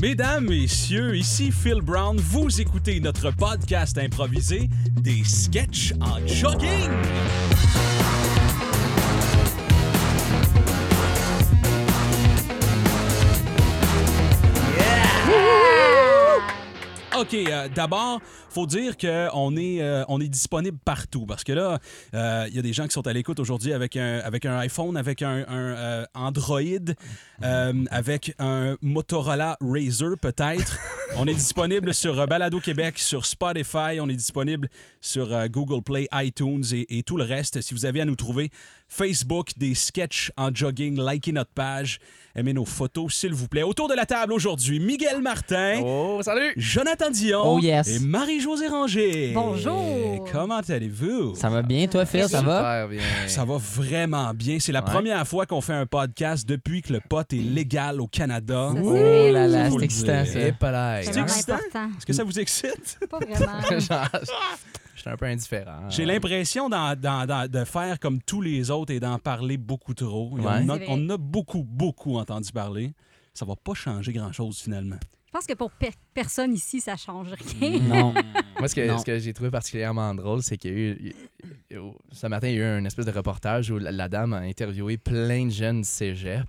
Mesdames, messieurs, ici Phil Brown. Vous écoutez notre podcast improvisé des sketchs en jogging. OK, euh, d'abord, faut dire qu'on est, euh, on est disponible partout parce que là, euh, il y a des gens qui sont à l'écoute aujourd'hui avec un, avec un iPhone, avec un, un, euh, Android, euh, avec un Motorola Razer peut-être. on est disponible sur euh, Balado Québec, sur Spotify, on est disponible sur euh, Google Play, iTunes et, et tout le reste. Si vous avez à nous trouver, Facebook, des sketchs en jogging, likez notre page, aimez nos photos, s'il vous plaît. Autour de la table aujourd'hui, Miguel Martin. Oh, salut! Jonathan Dion Oh, yes. et Marie-Josée Ranger. Bonjour. Comment allez-vous? Ça va bien, toi, Phil? Ça va? Super bien. Ça va vraiment bien. C'est la première fois qu'on fait un podcast depuis que le pot est légal au Canada. Ça, c'est- Ouh, Oh là là, Faut c'est le excitant, dire. ça. Et pareil. C'est C'est vraiment excitant. important. Est-ce que ça vous excite? Pas vraiment. Genre, J'étais un peu indifférent. J'ai l'impression d'en- d'en- d'en- de faire comme tous les autres et d'en parler beaucoup trop. Il y en Ouais. a- C'est vrai. On en a beaucoup, beaucoup entendu parler. Ça va pas changer grand-chose finalement. Je pense que pour per- personne ici, ça change rien. Non. Moi, ce que, Non. ce que j'ai trouvé particulièrement drôle, c'est qu'il y a eu. il- il- Ce matin, il y a eu un espèce de reportage où la, la dame a interviewé plein de jeunes du cégep.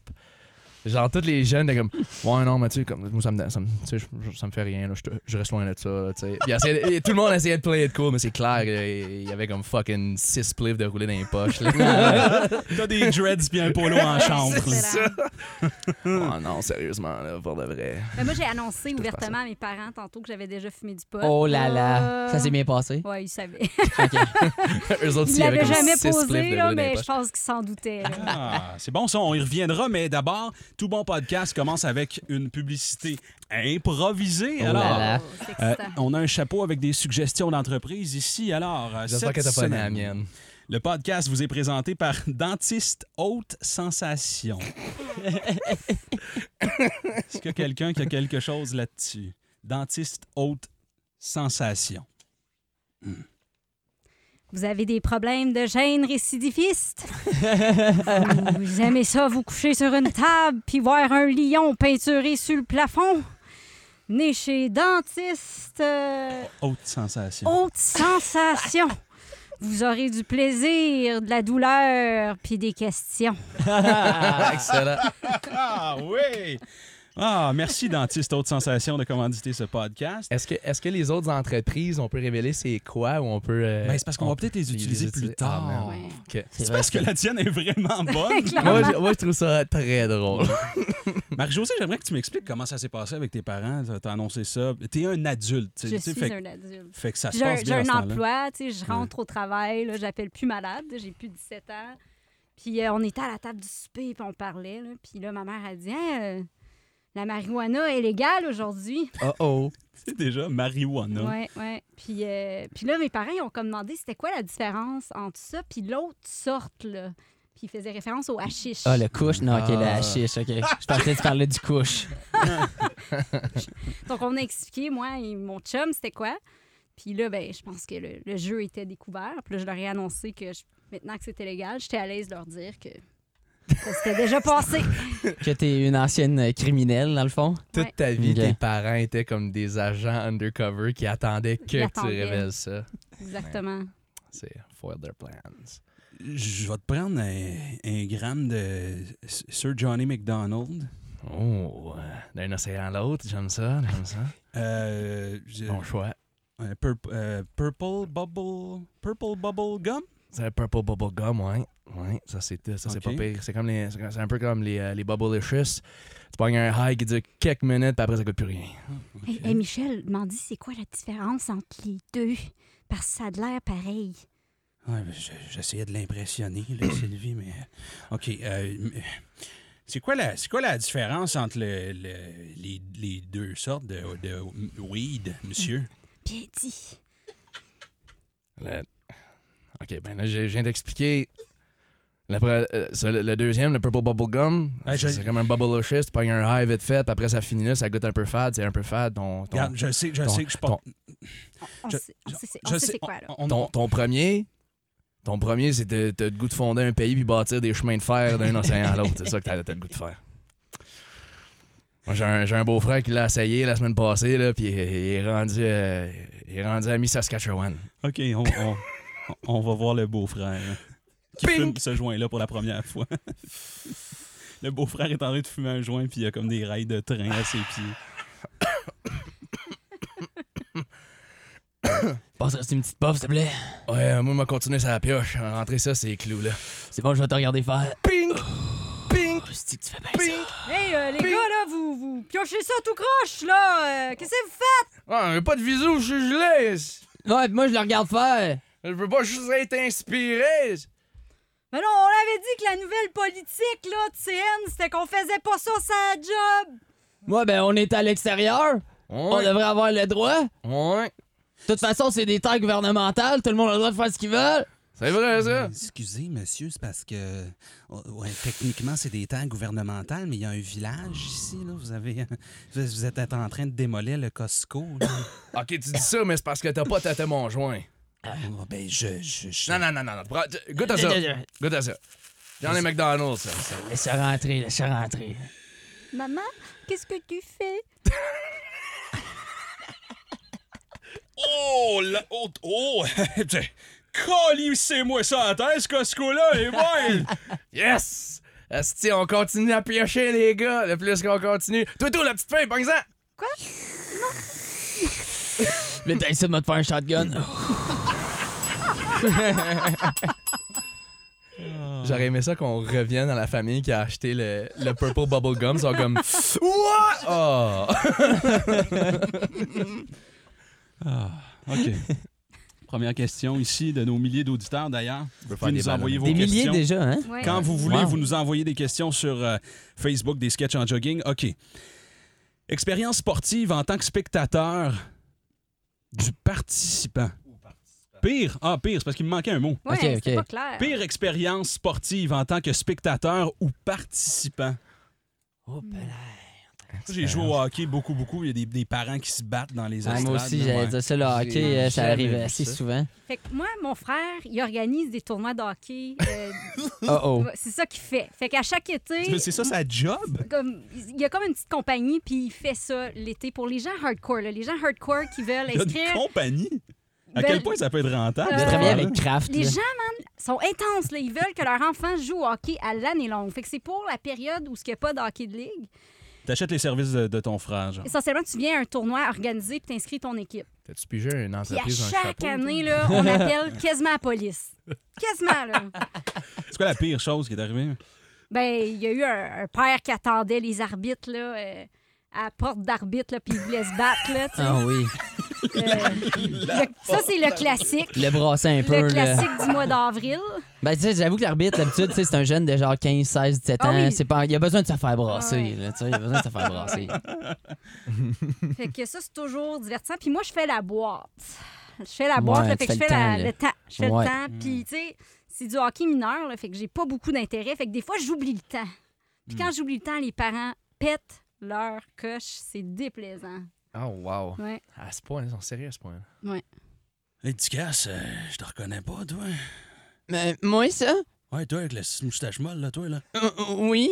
Genre, tous les jeunes étaient comme Ouais, non, mais tu sais, comme, moi, ça me, ça, me, tu sais, je- je- ça me fait rien, là, je, te- je reste loin de ça. là, tu sais. Puis elle essayait- et tout le monde essayait de player de cool, mais c'est clair, il y avait comme fucking six pliffs de rouler dans les poches. là. T'as des dreads puis un polo en chambre. Excellent. oh non, sérieusement, là, pour de vrai. Mais Ben, moi, j'ai annoncé trouve pas ouvertement à mes parents tantôt que j'avais déjà fumé du pot. Oh là là. Ça s'est bien passé. Ouais, ils savaient. Eux autres, Ils il y avait l'avaient comme jamais six pliffs posé, de là, rouler dans les mais poches. je pense qu'ils s'en doutaient. là. Ah, c'est bon ça, on y reviendra, mais d'abord, tout bon podcast commence avec une publicité improvisée. Oh là alors, là. Oh, c'est euh, excitant. on a un chapeau avec des suggestions d'entreprises ici. Alors, euh, J'espère cette que t'as pas donné la semaine, mienne. Le podcast vous est présenté par Dentiste Haute Sensation. Est-ce qu'il y a quelqu'un qui a quelque chose là-dessus? Dentiste Haute Sensation. Vous avez des problèmes de gêne récidiviste? vous, vous aimez ça, vous coucher sur une table puis voir un lion peinturé sur le plafond? Né chez dentiste. euh, Haute Sensation. haute sensation. Vous aurez du plaisir, de la douleur, puis des questions. Excellent. Ah oui! Ah, merci Dentiste Haute Sensation de commanditer ce podcast. Est-ce que, est-ce que les autres entreprises, on peut révéler c'est quoi ou on peut. euh, Ben, c'est parce qu'on on va peut-être les peut utiliser plus utiliser- tard. Ah, man. Ouais. Ok. C'est vrai. Parce que la tienne est vraiment bonne. Moi, je, moi, je trouve ça très drôle. Marie-Josée, j'aimerais que tu m'expliques comment ça s'est passé avec tes parents. T'as- T'as annoncé ça. T'es un adulte. tu sais, Je tu sais, suis fait, un adulte. fait que ça se J'ai un, passe j'ai bien à un ce temps-là. emploi, tu sais, je rentre au travail, là, j'appelle plus malade, j'ai plus 17 ans. Puis euh, on était à la table du souper, puis on parlait. là. puis là, ma mère a dit Hein, euh, La marijuana est légale aujourd'hui. Oh oh. C'est déjà marijuana. Ouais, ouais. Puis, euh, puis là, mes parents, ils ont comme demandé c'était quoi la différence entre ça puis l'autre sorte, là. Puis ils faisaient référence au hashish. Ah, le couche? Non, OK, Ah. la chiche, OK. Je pensais que tu parlais du couche. Donc, on a expliqué, moi et mon chum, c'était quoi. Puis là, ben, je pense que le, le jeu était découvert. Puis là, je leur ai annoncé que je- maintenant que c'était légal, j'étais à l'aise de leur dire que ça s'était déjà passé. Que t'es une ancienne euh, criminelle, dans le fond. Toute Ouais. ta vie, Ok. tes parents étaient comme des agents undercover qui attendaient que Ils tu attendaient. révèles ça. Exactement. C'est foil their plans. Je vais te prendre un, un gramme de Sir Johnny McDonald. Oh, euh, d'un océan à l'autre, j'aime ça, j'aime ça. Euh, je- Bon choix. un pur- euh, purple Bubble... Purple Bubble Gum? C'est un purple bubble gum, ouais. Ouais, ça c'est ça c'est Ok. pas pire. C'est comme les c'est c'est un peu comme les euh, les bubblicious. Tu pognes un high qui dure quelques minutes, puis après ça coûte plus rien. Hey, hey, Michel, m'en dis, c'est quoi la différence entre les deux? Parce que ça a de l'air pareil. Ouais, mais je- J'essayais de l'impressionner, là, Sylvie, mais... OK. euh, m- c'est quoi, la, c'est quoi la différence entre le- le- les, les deux sortes de, de weed, monsieur? Bien dit. Le- OK, ben là je je viens d'expliquer le, pre- euh, ça, le- le deuxième, le purple bubble gum, Ah, je- c'est comme un bubblicious, tu pognes un high vite fait, puis après ça finit là, ça goûte un peu fade, c'est un peu fade ton ton, Regarde, je sais, je ton- sais que je ton- porte... On, on Je- sait, on sait c'est- on Je sait sais, c'est quoi, là. on- on- ton- ton premier ton premier, c'est de- t'as le goût de fonder un pays puis bâtir des chemins de fer d'un océan à l'autre. C'est ça que t'as t'as le goût de faire. Moi, j'ai un, j'ai un beau-frère qui l'a essayé la semaine passée, là, puis il, il est rendu, euh, il est rendu à Miss-Saskatchewan. OK, on, on- on va voir le beau-frère hein, qui Ping! fume ce joint-là pour la première fois. le beau-frère est en train de fumer un joint, puis il y a comme des rails de train à ses pieds. Passerais-tu une petite puff, s'il te plaît? Ouais, euh, moi, m'a continué sa pioche. Rentrer ça, c'est clous, là. C'est bon, je vais te regarder faire. Ping! Ping! Oh, c'est-tu que tu fais bien ça? Ping! Hey, euh, les Puis- gars, là, vous, vous piochez ça tout croche, là. euh, Qu'est-ce que vous faites? Ah, pas de visou, je suis gelé! Ouais, puis moi, je le regarde faire. Je veux pas juste être inspiré! Mais non, on avait dit que la nouvelle politique, là, de CN, c'était qu'on faisait pas ça sa job. Moi, ben, on est à l'extérieur. On Ouais, devrait avoir le droit. ouais. De toute façon, c'est des terres gouvernementales. Tout le monde a le droit de faire ce qu'ils veulent. C'est vrai, ça? Excusez, monsieur, c'est parce que oh, ouais, techniquement, c'est des terres gouvernementales, mais il y a un village ici. Là. Vous, avez, euh, vous- vous êtes en train de démolir le Costco. là. Ok, tu dis ça, mais c'est parce que t'as pas tâté mon joint. Oh, ben, je. je, je- Non, non, non, non, non. Prends- Goûte à ça. Goûte à ça. J'en ai McDonald's, ça. Laisse rentrer, laisse rentrer. Maman, qu'est-ce que tu fais? Oh, la... Oh! oh. Colissez-moi ça à tête, ce Costco-là, les boys! Yes! Asti, on continue à piocher, les gars. Le plus qu'on continue. Toi, toi, la petite feuille, par exemple. Là, t'as essayé de me faire un shotgun. J'aurais aimé ça qu'on revienne à la famille qui a acheté le, le Purple Bubble Gum. Ils sont comme. What? Oh! Ah, OK. Première question ici de nos milliers d'auditeurs, d'ailleurs. peux faire Vous des nous envoyez vos Des milliers questions. déjà, hein? Ouais. Quand vous voulez, Wow. vous nous envoyez des questions sur euh, Facebook, des sketchs en jogging. OK. Expérience sportive en tant que spectateur du participant. Pire, ah pire, c'est parce qu'il me manquait un mot. Ouais, Ok, c'était ok. pas clair. Pire expérience sportive en tant que spectateur ou participant. Oh, ben là. J'ai joué au hockey beaucoup, beaucoup. Il y a des, des parents qui se battent dans les Ah, estrades. moi aussi, là, j'allais ouais. dire ça, le hockey, J'ai euh, ça jamais arrive vu assez ça. souvent. Fait que moi, mon frère, il organise des tournois de hockey. euh, Oh oh. c'est ça qu'il fait. Fait qu'à chaque été, Mais C'est ça, sa job? comme- il y a comme une petite compagnie, puis il fait ça l'été pour les gens hardcore, là, les gens hardcore qui veulent Il y a une inscrire. compagnie. À Ben, quel point ça hein? peut être rentable? Euh, Je cette travaillais affaire-là? avec Kraft. Les là. gens, man, sont intenses. Là. Ils veulent que leur enfant joue au hockey à l'année longue. Fait que c'est pour la période où il n'y a pas de hockey de ligue. T'achètes les services de, de ton frère, genre. Essentiellement, tu viens à un tournoi organisé puis t'inscris ton équipe. T'as-tu pigé une Puis à entreprise en chaque chapeau? année, là, on appelle quasiment la police. Quasiment, là. C'est quoi la pire chose qui est arrivée? Ben, il y a eu un, un père qui attendait les arbitres, là, euh, à la porte d'arbitre, là, puis il voulait se battre, là, tu sais. Ah oui. Euh, le- ça, c'est le classique. Le brasser un peu, Le là. classique du mois d'avril. Ben, tu sais, j'avoue que l'arbitre, d'habitude, tu sais, c'est un jeune de genre 15, 16, 17 Ah ans. oui. C'est pas... Il a besoin de se faire brasser, Ah ouais. là, tu sais. Il a besoin de se faire brasser. Fait que ça, c'est toujours divertissant. Puis moi, je fais la boîte. Je fais la boîte, Ouais, là, tu fait que je fais fais le la- temps, là. le temps. Je fais Ouais. le temps. Puis, tu sais, c'est du hockey mineur, là, fait que j'ai pas beaucoup d'intérêt. Fait que des fois, j'oublie le temps. Puis quand j'oublie le temps, les parents pètent leur coche. C'est déplaisant. Oh, wow. Ouais. À ce point, ils sont sérieux à ce point. Hey, petit casse, euh, je te reconnais pas, toi. Mais moi, ça? Ouais, toi, avec la petite moustache molle, là, toi, là. Euh, oui.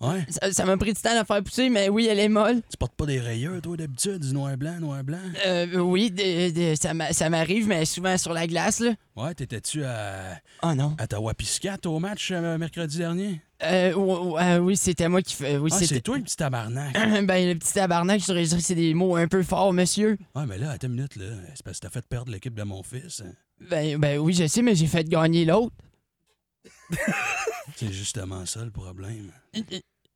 Ouais. Ça- Ça m'a pris du temps à la faire pousser, mais oui, elle est molle. Tu portes pas des rayures, toi, d'habitude, du noir blanc, noir blanc. Euh, oui, de- de- ça m'a- ça m'arrive, mais souvent sur la glace, là. Ouais, t'étais-tu à, Oh non. à Tawapiscat au match euh, mercredi dernier? Euh, ou- ou- euh, oui, c'était moi qui fais. Oui, ah, c'était. c'est toi, le petit tabarnak. ben, le petit tabarnak, je dirais que c'est des mots un peu forts, monsieur. Ouais, mais là, attends une minute, là. C'est parce que t'as fait perdre l'équipe de mon fils. hein. Ben, ben oui, je sais, mais j'ai fait gagner l'autre. C'est justement ça, le problème.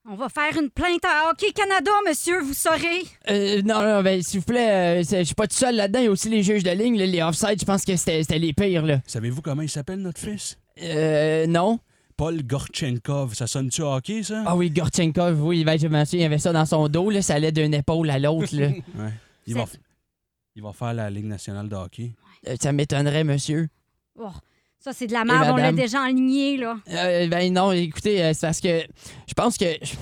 On va faire une plainte à Hockey Canada, monsieur, vous saurez. Euh, non, non, ben, s'il vous plaît, euh, c'est- je suis pas tout seul là-dedans. Il y a aussi les juges de ligne, là, les offside, je pense que c'était c'était les pires, là. Savez-vous comment il s'appelle, notre fils? Euh, non. Paul Gorchenkov. Ça sonne-tu hockey, ça? Ah oui, Gorchenkov, oui, ben, je me souviens, il avait ça dans son dos, là, ça allait d'une épaule à l'autre, là. Ouais. Il C'est- va, f- il va faire la Ligue nationale de hockey. Euh, ça m'étonnerait, monsieur. Oh, ça, c'est de la merde. On l'a madame? déjà enligné, là. Euh, ben non, écoutez, euh, c'est parce que je pense que je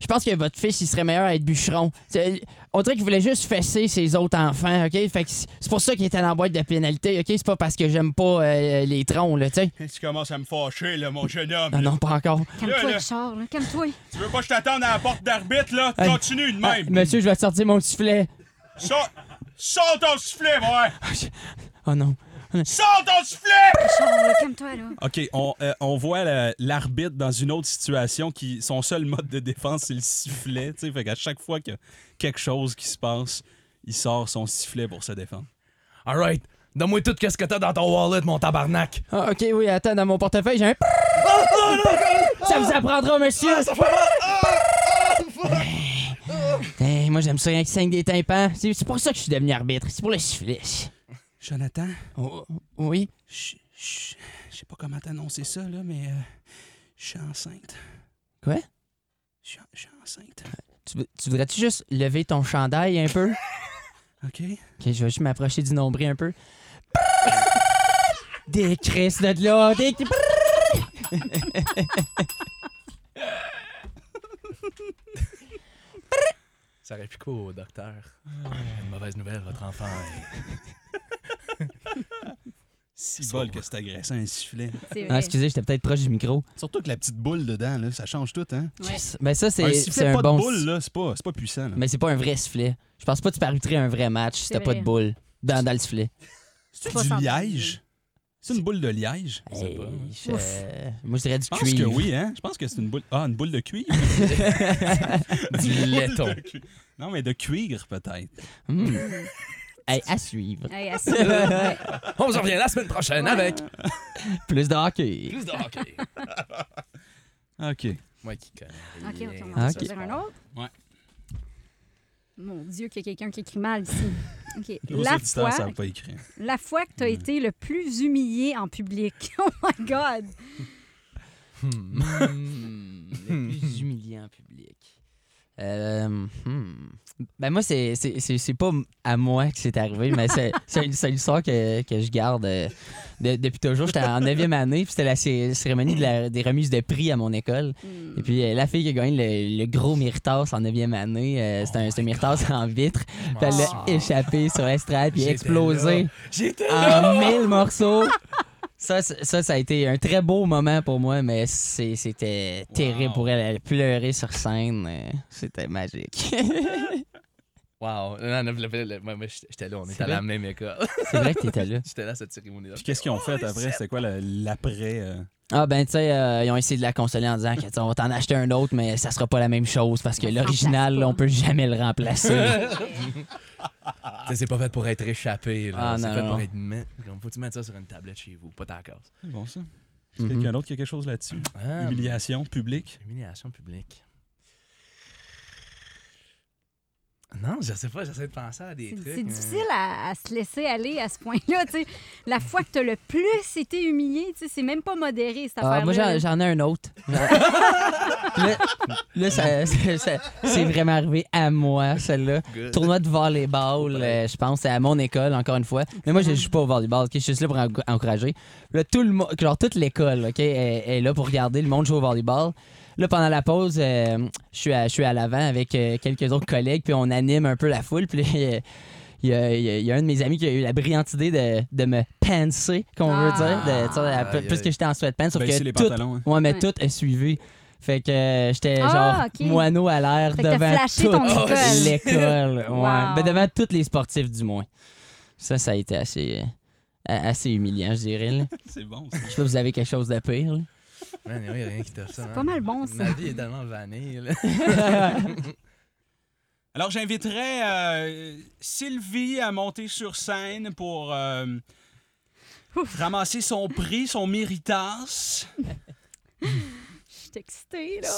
je pense que votre fils, il serait meilleur à être bûcheron. C'est- On dirait qu'il voulait juste fesser ses autres enfants, OK? Fait que c'est c'est pour ça qu'il était dans la boîte de pénalité, OK? C'est pas parce que j'aime pas euh, les troncs, là, tu sais. Tu commences à me fâcher, là, mon jeune homme. Non, Ah non, pas encore. Là, Calme-toi, là. Richard, là, calme-toi. Tu veux pas que je t'attende à la porte d'arbitre, là? Hey. Continue de Ah, même. monsieur, je vais te sortir mon soufflet. Sors, sors ton soufflet, ouais! Oh non. Sors ton soufflet! Richard, là, calme-toi, là. OK, on, euh, on voit la- l'arbitre dans une autre situation qui, son seul mode de défense, c'est le sifflet. tu sais. Fait qu'à chaque fois qu'il y a quelque chose qui se passe, il sort son sifflet pour se défendre. Alright, donne-moi tout ce que t'as dans ton wallet, mon tabarnak. Ah, OK, oui, attends, dans mon portefeuille, j'ai un... Ça vous apprendra, monsieur! Ah, Hey, Eh, moi, j'aime ça rien qui saigne des tympans. C'est c'est pour ça que je suis devenu arbitre. C'est pour le sifflet. Jonathan, Oh, oui? je je- je sais pas comment t'annoncer ça, là, mais euh, je suis enceinte. Quoi? Je suis en- je suis enceinte. Tu, tu voudrais-tu juste lever ton chandail un peu? OK? OK, je vais juste m'approcher du nombril un peu. Des crises de là! Des... Ça aurait pu quoi au docteur? Ah, Une mauvaise nouvelle, votre enfant. est- Si C'est bol que c'est agressant, un sifflet. C'est Ah, vrai. excusez, j'étais peut-être proche du micro. Surtout que la petite boule dedans, là, ça change tout, hein? Ouais. Ben ça, c'est un c'est sifflet, un pas bon... de boule, là, c'est pas, c'est pas puissant. là. Mais c'est pas un vrai sifflet. Je pense pas que tu pariterais un vrai match si C'est t'as pas vrai. de boule dans, dans le sifflet. C'est pas du sensible. liège? C'est une boule de liège? Je sais pas, hein. Hey, je- euh, Ouf. Moi, je dirais du Je pense cuivre. que oui, hein? Je pense que c'est une boule. Ah, une boule de cuivre? Du laiton. Non, mais de cuir, peut-être. Hmm. Hey, à suivre. Hey, assis-toi. Ouais. On vous en revient la semaine prochaine avec Plus de hockey. plus de hockey. OK. Moi qui connais. Ok, ok, on rien. va Ah, Ok. choisir un autre. Ouais. Mon Dieu, qu'il y a quelqu'un qui écrit mal ici. OK. Nos La auditeurs fois, savent pas écrire. la fois que tu as Hmm. été le plus humilié en public. Oh my God! Hmm, le plus humiliant public. Euh, hmm. Ben moi, c'est, c'est, c'est, c'est pas à moi que c'est arrivé, mais c'est, c'est une, c'est une histoire que, que je garde euh, de- depuis toujours. J'étais en 9e année, puis c'était la cé- cérémonie de la- des remises de prix à mon école. Hmm. Et puis euh, la fille qui a gagné le, le gros Myrtas en 9e année, euh, c'était un, Oh c'était un Myrtas en vitre, puis elle l'a échappé sur l'estrade, puis J'étais explosé là. J'étais en mille morceaux. Ça, c'est- ça, ça a été un très beau moment pour moi, mais c'est- c'était terrible Wow. pour elle. Elle pleurait sur scène. euh, C'était magique. Wow. Non, non, le- le- le- moi, moi, j'étais là, on C'est était à la vrai? même école. c'est vrai que t'étais là. J'étais là à cette cérémonie-là. Oh, Puis qu'est-ce qu'ils ont fait après? C'était quoi la- l'après? euh? Ah ben, tu sais, euh, ils ont essayé de la consoler en disant que, tu sais, on va t'en acheter un autre, mais ça sera pas la même chose parce que Ça se l'original, là, remplace pas. on peut jamais le remplacer. Ça, C'est pas fait pour être échappé. là. Ah, c'est non, fait non. pour être. mis- Comme, Faut-tu mettre ça sur une tablette chez vous, pas dans la case. C'est bon, ça. Mhm. Quelqu'un d'autre qui a quelque chose là-dessus? Ah, Humiliation publique? Humiliation publique. Non, je sais pas, j'essaie de penser à des C'est trucs. c'est hein. mais- difficile à, à se laisser aller à ce point-là. tu sais. La fois que tu as le plus été humilié, tu sais, c'est même pas modéré, cette Ah, affaire-là. moi, j'en, j'en ai un autre. là, là, ça- ça- ça- c'est vraiment arrivé à moi, celle-là. Good. Tournoi de volleyball, euh, je pense, c'est à mon école, encore une fois. Mais moi, je joue pas au volleyball, ok? je suis juste là pour en- encourager. Là, tout le mo- genre, toute l'école ok, est, est là pour regarder le monde jouer au volleyball. Là, pendant la pause, euh, je suis à, je suis à l'avant avec euh, quelques autres collègues, puis on anime un peu la foule. Puis là, il y a- il y, a, il y a- il y a un de mes amis qui a eu la brillante idée de, de me panser, qu'on veut dire, de, tu sais, Ah. plus- plus que j'étais en sweatpants, sauf Baisser que les tout pantalons. hein. Ouais, mais Ouais. tout est suivi. Fait que euh, j'étais Ah, genre ok. moineau à l'air Fait que t'as devant flashé toute ton école. l'école. Wow. ouais. Ben, devant tous les sportifs, du moins. Ça, ça a été assez, euh, a- assez humiliant, je dirais. là. C'est bon, ça. Je sais pas, vous avez quelque chose de pire. là? Man, il y a rien qui t'offre ça. C'est hein. pas mal bon, ça. Ma vie est tellement vanille. là. Alors, j'inviterais euh, Sylvie à monter sur scène pour euh, ramasser son prix, son méritas. Je suis excitée, là.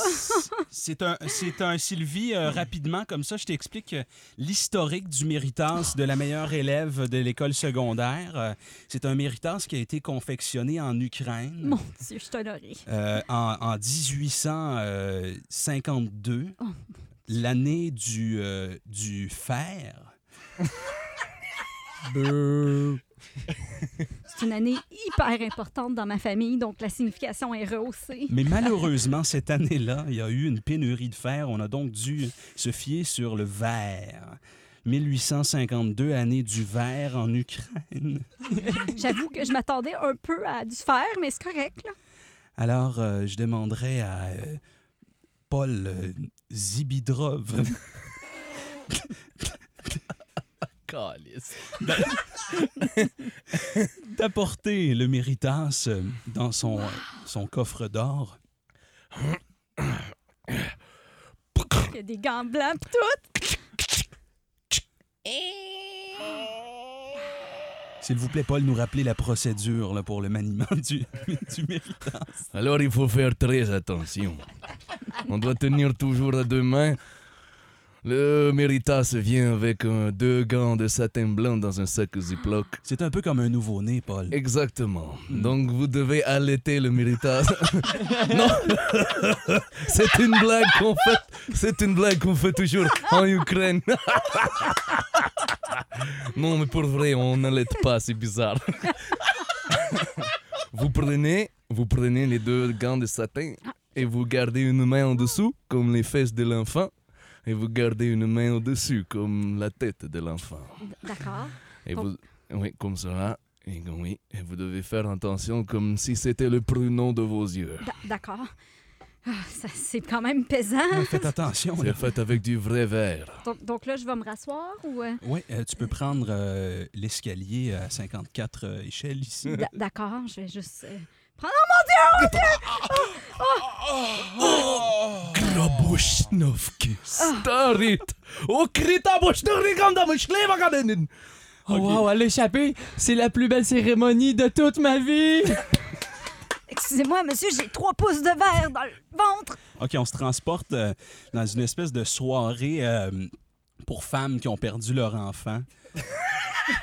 C'est un, c'est un Sylvie, euh, rapidement, comme ça, je t'explique euh, l'historique du méritas de la meilleure élève de l'école secondaire. Euh, c'est un méritas qui a été confectionné en Ukraine. Mon Dieu, je suis honorée. Euh, en, en 1852, Oh. l'année du, euh, du fer. C'est une année hyper importante dans ma famille, donc la signification est rehaussée. Mais malheureusement, cette année-là, il y a eu une pénurie de fer. On a donc dû se fier sur le verre. 1852, année du verre en Ukraine. J'avoue que je m'attendais un peu à du fer, mais c'est correct. Là. Alors, euh, je demanderai à euh, Paul euh, Zibidrov Calice. d'apporter le méritas euh, dans son, euh, son coffre d'or. Il y a des gants blancs pis tout. S'il vous plaît, Paul, nous rappeler la procédure là, pour le maniement du, du méritas. Alors il faut faire très attention. On doit tenir toujours à deux mains. Le Méritas vient avec euh, deux gants de satin blanc dans un sac Ziploc. C'est un peu comme un nouveau-né, Paul. Exactement. Donc vous devez allaiter le Méritas. non C'est une blague qu'on fait. C'est une blague qu'on fait toujours en Ukraine. non, mais pour vrai, on n'allaite pas, c'est bizarre. vous prenez, vous prenez les deux gants de satin et vous gardez une main en dessous comme les fesses de l'enfant. Et vous gardez une main au-dessus, comme la tête de l'enfant. D'accord. Et Donc- vous, oui, comme cela. Et donc, oui, et vous devez faire attention comme si c'était le pruneau de vos yeux. D- D'accord. Ah, ça, c'est quand même pesant. Ah, Faites attention. là. C'est fait avec du vrai verre. Donc, donc là, je vais me rasseoir ou... euh, Oui, euh, tu peux prendre euh, l'escalier à 54 euh, échelles ici. d- D'accord, je vais juste... euh, prendre- Krabushnovki, starit! Okrita bushnuriganda mushlevagadenin! Oh wow, à l'échappée, c'est la plus belle cérémonie de toute ma vie! Excusez-moi, monsieur, j'ai trois pouces de verre dans le ventre. OK, on se transporte euh, dans une espèce de soirée euh, pour femmes qui ont perdu leur enfant.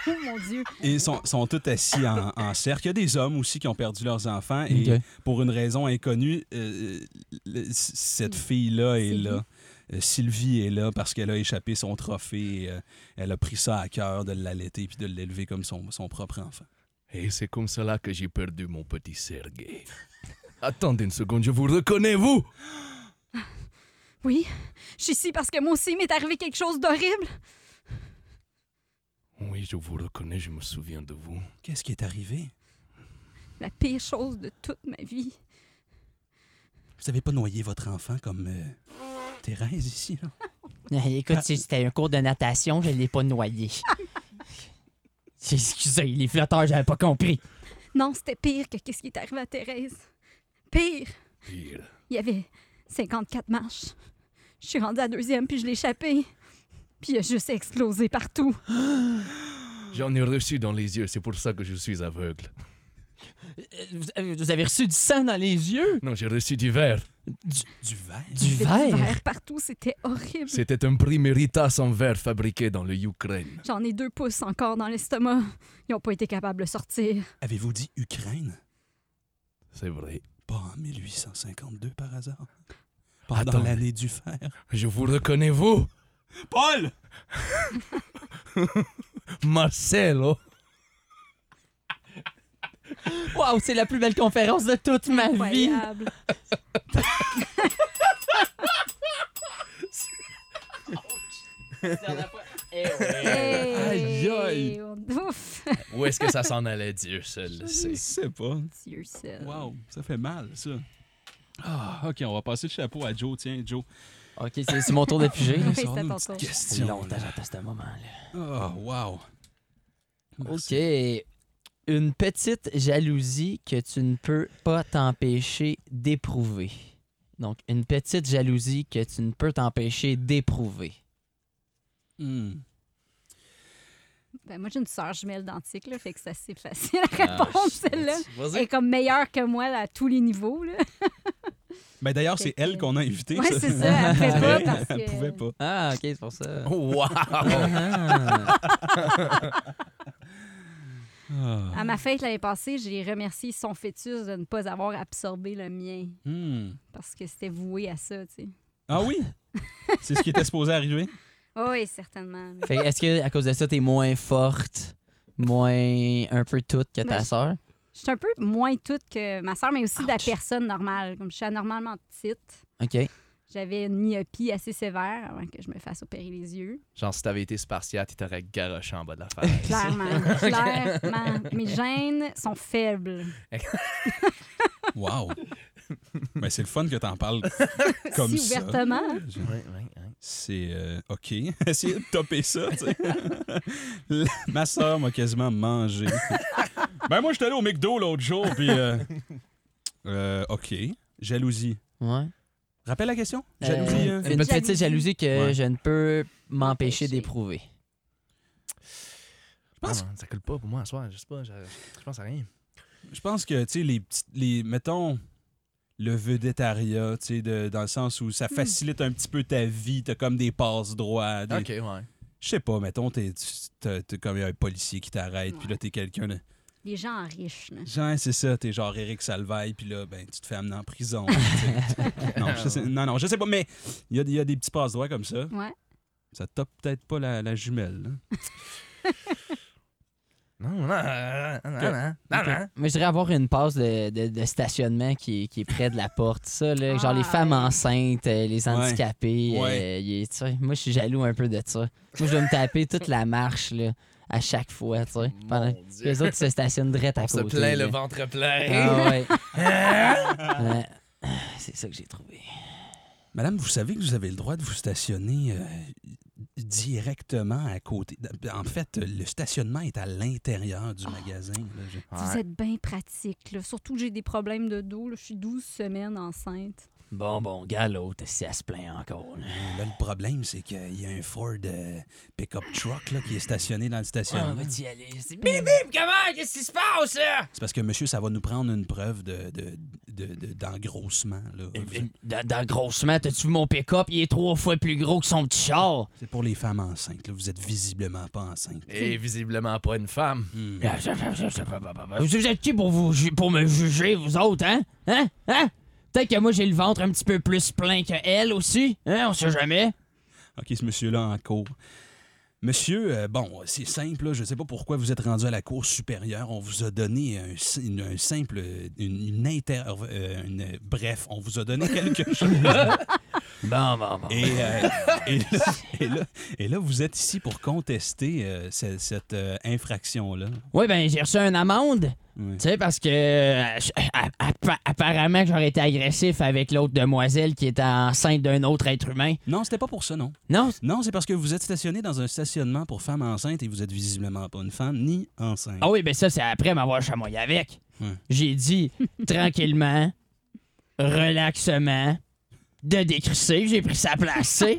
Oh mon Dieu. Et sont, sont toutes assis en, en cercle. Il y a des hommes aussi qui ont perdu leurs enfants. Et Ok. pour une raison inconnue, euh, le- c- cette fille-là est Sylvie. là. Euh, Sylvie est là parce qu'elle a échappé son trophée. et, euh, elle a pris ça à cœur de l'allaiter puis de l'élever comme son, son propre enfant. Et c'est comme cela que j'ai perdu mon petit Sergei. Attendez une seconde, je vous reconnais, vous! Oui, je suis ici parce que moi aussi, il m'est arrivé quelque chose d'horrible. Oui, je vous reconnais, je me souviens de vous. Qu'est-ce qui est arrivé? La pire chose de toute ma vie. Vous n'avez pas noyé votre enfant comme euh, Thérèse ici? Là? Eh, Écoute, c'est- c'était un cours de natation, je l'ai pas noyé. Excusez, les flotteurs, j'avais pas compris. Non, c'était pire que qu'est-ce qui est arrivé à Thérèse. Pire. Pire. Il y avait 54 marches. Je suis rendue à la deuxième, puis je l'ai échappé. Puis il a juste explosé partout. J'en ai reçu dans les yeux, c'est pour ça que je suis aveugle. Euh, Vous avez- vous avez reçu du sang dans les yeux? Non, j'ai reçu du verre. Du verre? Du Il y avait du verre? verre partout, c'était horrible. C'était un prix Méritas en verre fabriqué dans le Ukraine. J'en ai deux pouces encore dans l'estomac. Ils n'ont pas été capables de le sortir. Avez-vous dit Ukraine? C'est vrai. Pas en 1852 par hasard? Pendant Attends. l'année du fer? Je vous reconnais, vous! Paul! Marcelo! Wow, c'est la plus belle conférence de toute ma vie! Incroyable. Aïe, aïe. Hey, on- Ouf! Où est-ce que ça s'en allait, Dieu seul Je le sait. sais pas. Dieu seul. Wow, ça fait mal, ça. Ah, OK, on va passer le chapeau à Joe. Tiens, Joe. Ok, c'est c'est mon tour de piger. sors-nous Oui, c'est une à ton petite tour. Ça fait question. longtemps, j'attends ce moment-là. Oh, wow. Ok. Merci. Une petite jalousie que tu ne peux pas t'empêcher d'éprouver. Donc, une petite jalousie que tu ne peux t'empêcher d'éprouver. Hmm. Ben, moi, j'ai une sœur jumelle dentique, là, fait que c'est assez facile Ah, à Ah, répondre, celle-là. Elle est Vas-y. comme meilleure que moi là, à tous les niveaux. Là. Ben, D'ailleurs, c'est elle qu'on a invitée. Ouais, c'est ça. Elle fait pas parce que... Elle pouvait pas. Ah, ok, c'est pour ça. Wow! Ah. Ah. À ma fête l'année passée, j'ai remercié son fœtus de ne pas avoir absorbé le mien Hmm. parce que c'était voué à ça, tu sais. Ah oui? c'est ce qui était supposé arriver? Oh, oui, certainement. Fait que est-ce que à cause de ça, t'es moins forte, moins un peu toute que Mais ta je- sœur. Je suis un peu moins toute que ma soeur, mais aussi de la personne normale. Comme je suis anormalement petite, OK. j'avais une myopie assez sévère avant que je me fasse opérer les yeux. Genre, si t'avais été spartiate, il t'aurait garoché en bas de la falaise. Clairement, clairement. Mes gènes sont faibles. Wow. Mais c'est le fun que t'en parles comme si ça. ouvertement. oui, oui, oui. C'est euh, OK. Essayez de topper ça. tu sais. La- Ma soeur m'a quasiment mangé. ben, moi, j'étais allé au McDo l'autre jour, puis. euh, euh, OK. Jalousie. Ouais. Rappelle la question? Euh, Jalousie. hein? euh? une petite Jalousie. jalousie que Ouais. je ne peux m'empêcher M'empêcher. d'éprouver. Je pense Ah, man, ça coule pas pour moi à soir. Je sais pas, je, je pense à rien. Je pense que, tu sais, les petites. Les, mettons. Le vedettariat, tu sais, de- dans le sens où Hmm. ça facilite un petit peu ta vie. T'as comme des passes droits. des- Ok, ouais. Je sais pas, mettons, t'es tu- t'as- t'as comme un policier qui t'arrête, puis là, t'es quelqu'un de. Les gens riches. là. Genre, c'est ça, t'es genre Eric Salvaille, puis là, ben, tu te fais amener en prison. tu sais. non, je sais, non, non, je sais pas, mais il y a, il y a des petits passe-droits comme ça. Ouais. Ça tape peut-être pas la, la jumelle. là. Non, non, non, non, non, non, non, hein? non. Moi, je dirais avoir une passe de, de- de stationnement qui, est- qui est près de la porte. Ça, là, genre les Ah, femmes ouais. enceintes, euh, les handicapés. Ouais. euh, y- tu sais, moi, je suis jaloux un peu de ça. Moi, je vais me taper toute la marche là, à chaque fois. tu sais, pendant- Mon Dieu. Les autres se stationnent direct à On se côté. plaint le là. ventre plein. Ah, ouais. Ouais. C'est ça que j'ai trouvé. Madame, vous savez que vous avez le droit de vous stationner euh, directement à côté. En fait, le stationnement est à l'intérieur du magasin. là. Je- Vous êtes bien pratique. là. Surtout que j'ai des problèmes de dos. là. Je suis 12 semaines enceinte. Bon, bon, gars, l'autre, si elle se plaint encore. là. Là, le problème, c'est qu'il y a un Ford euh, pick-up truck là, qui est stationné dans le Ah, On stationnement. va y aller. C'est- Bim, bim, comment? Qu'est-ce qui se passe, là? C'est parce que monsieur, ça va nous prendre une preuve de, de, de- de- d'engrossement. là. Dans, dans grossement, t'as-tu vu mon pick-up? Il est trois fois plus gros que son petit char. C'est pour les femmes enceintes. là. Vous êtes visiblement pas enceinte. Et visiblement pas une femme. Ah, ça, ça, ça, ça, bah, bah, bah, bah. Vous êtes qui pour, vous, ju- pour me juger, vous autres, hein? Hein? Hein? Peut-être que moi, j'ai le ventre un petit peu plus plein que elle aussi. Hein? On sait jamais. OK, ce monsieur-là en cours. Monsieur, euh, bon, c'est simple. là. Je ne sais pas pourquoi vous êtes rendu à la cour supérieure. On vous a donné un, si- une- un simple... euh, Une, une inter... euh, une- bref, on vous a donné quelque chose. Bon, bon, bon. Et, euh, et là, et là- et là, vous êtes ici pour contester euh, ce- cette, euh, infraction-là. Oui, ben, j'ai reçu une amende. Oui. Tu sais, parce que euh, je- a- a- apparemment que j'aurais été agressif avec l'autre demoiselle qui était enceinte d'un autre être humain. Non, c'était pas pour ça, non. Non, Non, c'est parce que vous êtes stationné dans un stationnement pour femmes enceintes et vous êtes visiblement pas une femme ni enceinte. Ah oui, ben ça, c'est après m'avoir chamoyé avec. Ouais. J'ai dit tranquillement, relaxement, de décrisser, j'ai pris sa place, c'est.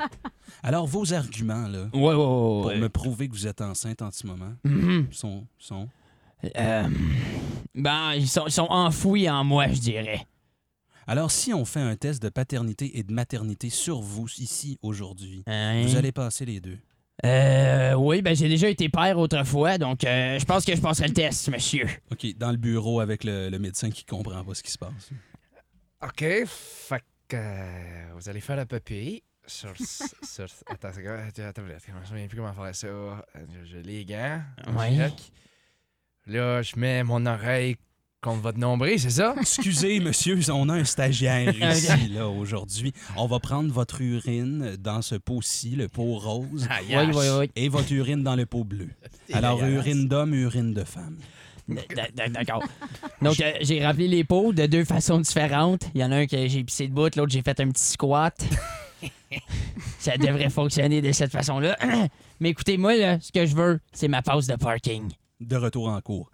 Alors, vos arguments, là, Ouais, ouais, ouais, pour ouais. me prouver que vous êtes enceinte en ce moment, Mhm. sont. sont... Euh, ben, ils sont, ils sont enfouis en moi, je dirais. Alors, si on fait un test de paternité et de maternité sur vous ici aujourd'hui, Hein? vous allez passer les deux. Euh, oui, ben j'ai déjà été père autrefois, donc euh, je pense que je passerai le test, monsieur. OK, dans le bureau avec le, le médecin qui comprend pas ce qui se passe. OK, fait que euh, vous allez faire la papille sur... sur attends, c'est quoi? Attends, attends, attends, je me souviens plus comment faire ça. Je, je- les gants. Ouais. je lock. Là, je mets mon oreille contre votre nombril, c'est ça? Excusez, monsieur, on a un stagiaire ici, là, aujourd'hui. On va prendre votre urine dans ce pot-ci, le pot rose, Ah, Oui, oui, oui. et votre urine dans le pot bleu. Alors, urine d'homme, urine de femme. D- d- D'accord. Donc, euh, j'ai rempli les pots de deux façons différentes. Il y en a un que j'ai pissé de bout, l'autre j'ai fait un petit squat. Ça devrait fonctionner de cette façon-là. Mais écoutez, moi, là, ce que je veux, c'est ma pause de parking. De retour en cours.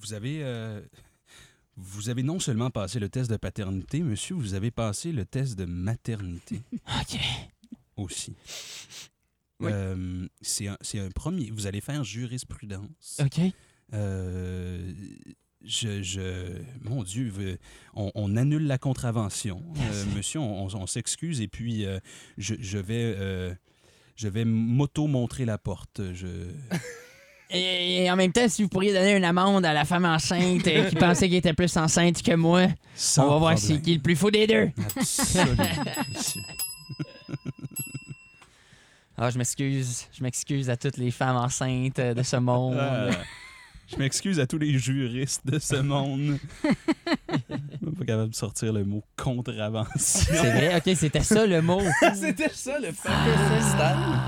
Vous avez, euh, vous avez non seulement passé le test de paternité, monsieur, vous avez passé le test de maternité OK. aussi. Oui. Euh, c'est un, c'est un premier. Vous allez faire jurisprudence. OK. Euh, je, je- mon Dieu, vous- on, on annule la contravention, Euh, monsieur. On, on- on s'excuse et puis euh, je, je vais, euh, je vais m'auto montrer la porte. Je, Et, et en même temps, si vous pourriez donner une amende à la femme enceinte euh, qui pensait qu'elle était plus enceinte que moi, on Sans va voir problème. c'est qui le plus fou des deux. Absolument, monsieur. Ah, je m'excuse. Je m'excuse à toutes les femmes enceintes euh, de ce monde. Euh, je m'excuse à tous les juristes de ce monde. Je suis pas capable de sortir le mot contravention. C'est vrai? OK, c'était ça le mot. C'était ça le fait.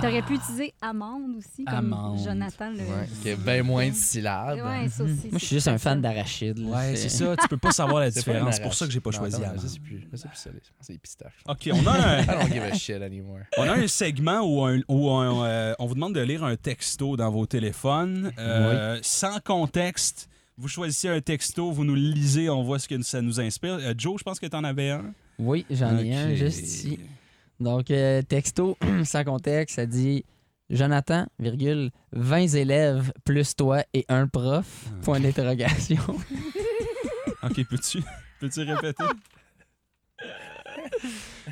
T'aurais pu utiliser amande aussi, comme Ah. Amande. Jonathan le. Ouais, qui a bien moins de syllabes. hein. Ouais, ça aussi. Moi, je suis juste un fan d'arachide. là. Ouais, c'est ça. Tu peux pas savoir la C'est pas différence. une C'est pour ça que j'ai pas arrache. choisi Non, non, amande. Je sais plus. Je sais plus ça. les- C'est les pistaches. OK, on a un, I don't give a shit anymore. on a un segment où, un- où un, euh, on vous demande de lire un texto dans vos téléphones. Euh, Sans contexte, vous choisissez un texto, vous nous le lisez, on voit ce que ça nous inspire. Euh, Joe, je pense que t'en avais un. Oui, j'en ai un Ok. juste ici. Donc, euh, texto, sans contexte, ça dit Jonathan, virgule, 20 élèves plus toi et un prof, Ah. point d'interrogation. OK, peux-tu peux-tu répéter?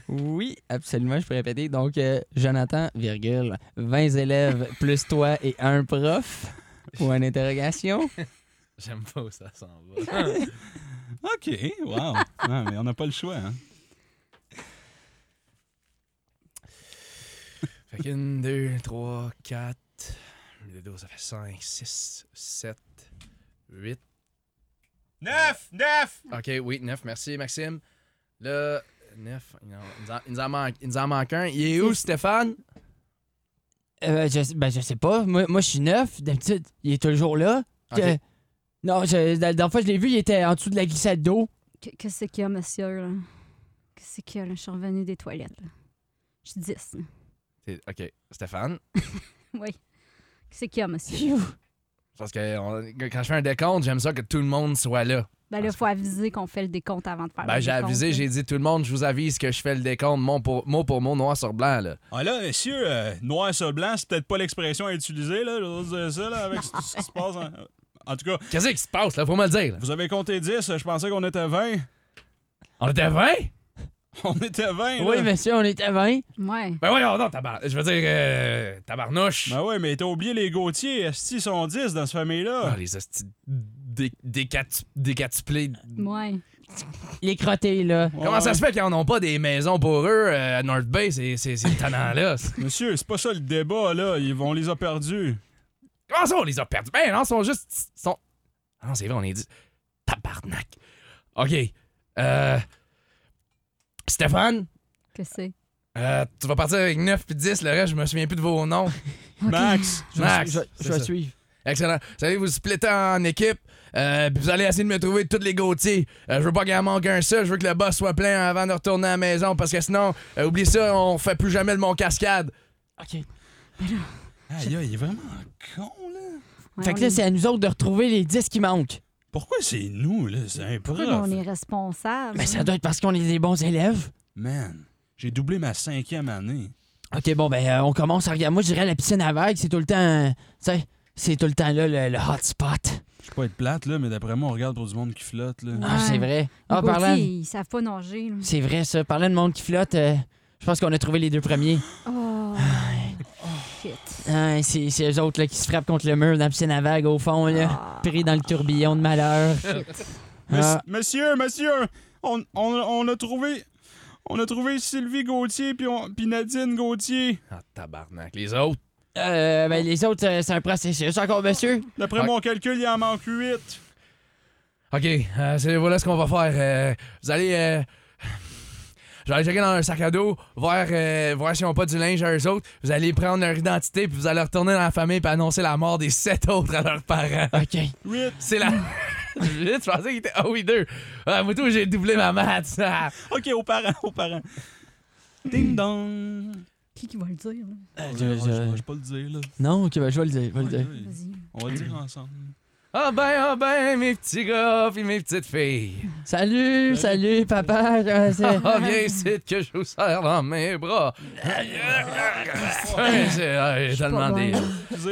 oui, absolument, je peux répéter. Donc, euh, Jonathan, virgule, 20 élèves plus toi et un prof, point d'interrogation. J'aime pas où ça s'en va. OK, wow. Ah, mais on n'a pas le choix. hein. fait qu'une, deux, trois, quatre. Le dos, ça fait cinq, six, sept, huit. Neuf! Neuf! OK, oui, neuf. Merci, Maxime. Là, neuf. Il nous en- il nous en manque, il nous en manque un. Il est où, Stéphane? Euh, je, ben, je sais pas. Moi, moi je suis neuf. D'habitude, il est toujours là. Ok. Euh, non, je, la dernière fois que je l'ai vu, il était en dessous de la glissade d'eau. Que- Qu'est-ce qu'il y a, monsieur? là? Qu'est-ce qu'il y a? là? Je suis revenue des toilettes. là. Je suis 10. là. C'est- OK, Stéphane. Oui. Qu'est-ce qu'il y a, monsieur? Pfiou. Parce que on- quand je fais un décompte, j'aime ça que tout le monde soit là. Ben là, il faut aviser qu'on fait le décompte avant de faire Ben, le j'ai décompte, avisé, là. j'ai dit tout le monde, je vous avise que je fais le décompte mot pour mot, pour mot noir sur blanc. Là. Ah là, messieurs, euh, noir sur blanc, c'est peut-être pas l'expression à utiliser, là, je veux dire ça, là, avec ce, ce qui se passe. En, en tout cas, Qu'est-ce qui se passe, là? Faut me le dire. là. vous avez compté 10, je pensais qu'on était 20. On était 20? On était 20, là. Oui, monsieur, on est à 20. Ouais. Ben voyons, non, tabar... Je veux dire, euh, tabarnouche. Ben ouais, mais t'as oublié les Gauthier, Esti sont 10 dans cette Ah, famille-là. les hosties dé- décatu- décatuplés. Ouais. Les crottés, là. Comment ça se fait qu'ils en ont pas des maisons pour eux euh, à North Bay, ces, ces, ces tannants-là? Monsieur, c'est pas ça le débat, là. Ils, on les a perdus. Comment ça, on les a perdus? Ben non, ils sont juste. ils sont... Ah non, c'est vrai, on est dit. Tabarnak. OK. Euh... Stéphane, Que c'est? euh, tu vas partir avec 9 puis 10, le reste, je me souviens plus de vos noms. Max! Max, je, c'est je vais ça. suivre. Excellent. Vous allez vous splitter en équipe. euh, puis vous allez essayer de me trouver tous les gautiers. Euh, je veux pas qu'il en manque un seul. Je veux que le boss soit plein avant de retourner à la maison. Parce que sinon, euh, oublie ça, on fait plus jamais le mont cascade. OK. Aïe, aïe, il est vraiment con, là. Ouais, fait que on là, est- c'est à nous autres de retrouver les 10 qui manquent. Pourquoi c'est nous, là? C'est un prof. Pourquoi on est responsable? Mais Ben, ça doit être parce qu'on est des bons élèves. Man, j'ai doublé ma cinquième année. OK, bon, ben, euh, on commence à regarder. Moi, je dirais la piscine à vagues, c'est tout le temps. euh, tu sais, c'est tout le temps là le, le hot spot. Je peux pas être plate, là, mais d'après moi, on regarde pour du monde qui flotte, là. Ah, Ouais. c'est vrai. Ah, Gauthier, parlant. ils savent pas nager. là. C'est vrai, ça. Parlant de monde qui flotte, euh, je pense qu'on a trouvé les deux premiers. Oh. Ah, Shit. Hein, c'est c'est eux autres là, qui se frappent contre le mur dans la piscine à vagues, au fond, là. Ah, Pris dans le tourbillon de malheur. shit. Ah. Mes- Monsieur, monsieur, on, on- on a trouvé... On a trouvé Sylvie Gauthier puis, on- puis Nadine Gauthier. Ah, tabarnak. Les autres. Euh, ben, les autres, euh, c'est un processus encore, monsieur. D'après Ouais. mon calcul, il en manque huit. OK, euh, c'est- voilà ce qu'on va faire. Euh, vous allez. euh, je vais aller checker dans un sac à dos, voir, euh, voir s'ils n'ont pas du linge à eux autres. Vous allez prendre leur identité, puis vous allez retourner dans la famille, puis annoncer la mort des sept autres à leurs parents. OK. Huit. C'est la. Je pensais qu'il était. Ah oui, deux. Ah, moi, tout, j'ai doublé ma maths. Ah. OK, aux parents, aux parents. Ding dong. Qui qui va le dire? là? Euh, Je je- je- vais pas le dire, là. Non, ok, ben, je vais le dire. Je vais le dire. Vas-y. On va le dire ensemble. Ah ben, ah ben, mes petits gars puis mes petites filles. Salut, salut, papa. euh, c'est- Ah, viens ici que je vous serre dans mes bras. Ouais, c'est- ah, J'ai tellement pas des... bien.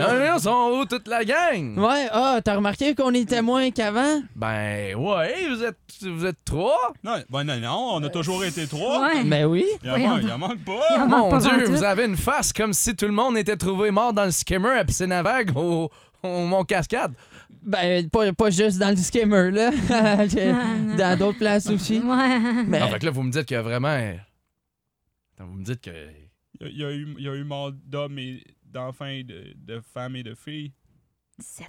Ah, mais on sont où toute la gang? Ouais, ah, t'as remarqué qu'on était moins qu'avant? Ben, ouais, vous êtes, vous êtes trois? Non, ben non, non, on a toujours été trois. Ouais. Ben oui. Il, en manque, il en manque Il en pas. manque Mon Ah, ben, pas Dieu, vingt-huit. vous avez une face comme si tout le monde était trouvé mort dans le skimmer à piscine à vagues au, au Mont Cascade. Ben, pas, pas juste dans le skimmer, là. J'ai- Ah. dans d'autres places aussi. Ouais. Mais Ah, fait que là, vous euh, me dites qu'il y a vraiment. Attends, vous me dites que. Il y a eu, il y a eu mort d'hommes et d'enfants, et de, de femmes et de filles. Sept.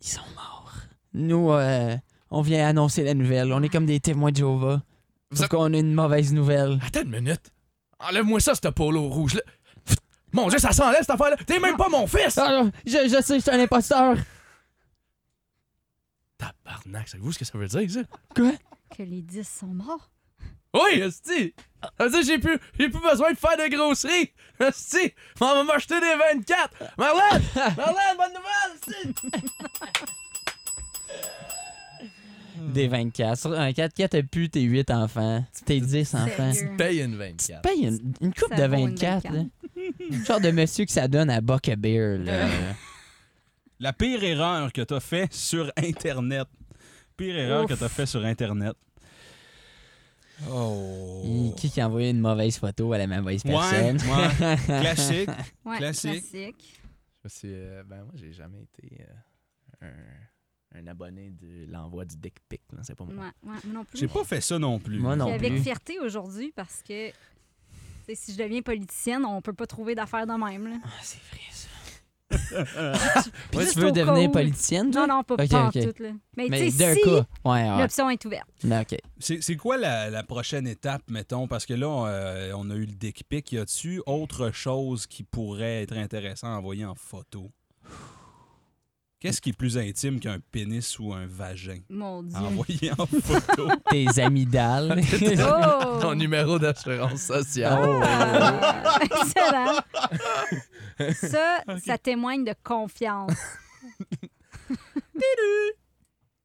Ils sont morts. Nous, euh, on vient annoncer la nouvelle. On est comme des témoins de Jéhovah. Vous Parce êtes- qu'on a une mauvaise nouvelle. Attends une minute. Enlève-moi ça, ce polo rouge-là. Pfft. Mon Dieu, ça s'enlève, cette affaire-là. T'es même pas mon fils! Ah, non, je, je sais, je suis un imposteur. Tabarnak, savez-vous ce que ça veut dire, ça? Que les dix sont morts. Oui, esti! Ça veut dire que j'ai plus, j'ai plus besoin de faire de grosseries! Esti! On va m'acheter des 24! Marlène! Marlène, bonne nouvelle! esti! Des 24. Sur un 4-4, t'as plus tes 8 enfants. Tes 10 enfants. Sérieux. Paye une Tu te 24. payes une, une coupe Ça de vaut une 24. là. Le genre de monsieur que ça donne à Buckabeer. là. La pire erreur que t'as fait sur Internet. Pire erreur Ouf. que t'as fait sur Internet. Oh. Il- Qui qui a envoyé une mauvaise photo à la mauvaise Ouais, personne. ouais. Classique. Ouais, Classique. classique. Je suis, euh, ben moi, j'ai jamais été euh, un, un abonné de l'envoi du dick pic. là. C'est pas Ouais, moi. ouais, moi non plus. J'ai pas fait ça non plus. Moi Puis non avec plus. fierté aujourd'hui parce que tu sais, si je deviens politicienne, on peut pas trouver d'affaires de même. là. Ah, c'est vrai, ça. Juste tu veux au cas devenir où. politicienne, toi? Non, non, pas Ok, pas en ok. tout. Là. Mais, Mais tu d'un sais, si cas. Ouais, ouais. l'option est ouverte. Non, OK. C'est c'est quoi la, la prochaine étape, mettons? Parce que là, on, euh, on a eu le dick pic. Y a-tu autre chose qui pourrait être intéressant à envoyer en photo? Qu'est-ce qui est plus intime qu'un pénis ou un vagin Mon Dieu. à Ah, envoyer en photo? Tes amygdales. Oh! Ton numéro d'assurance sociale. Oh! Ah! Excellent. Ça, ça témoigne de confiance.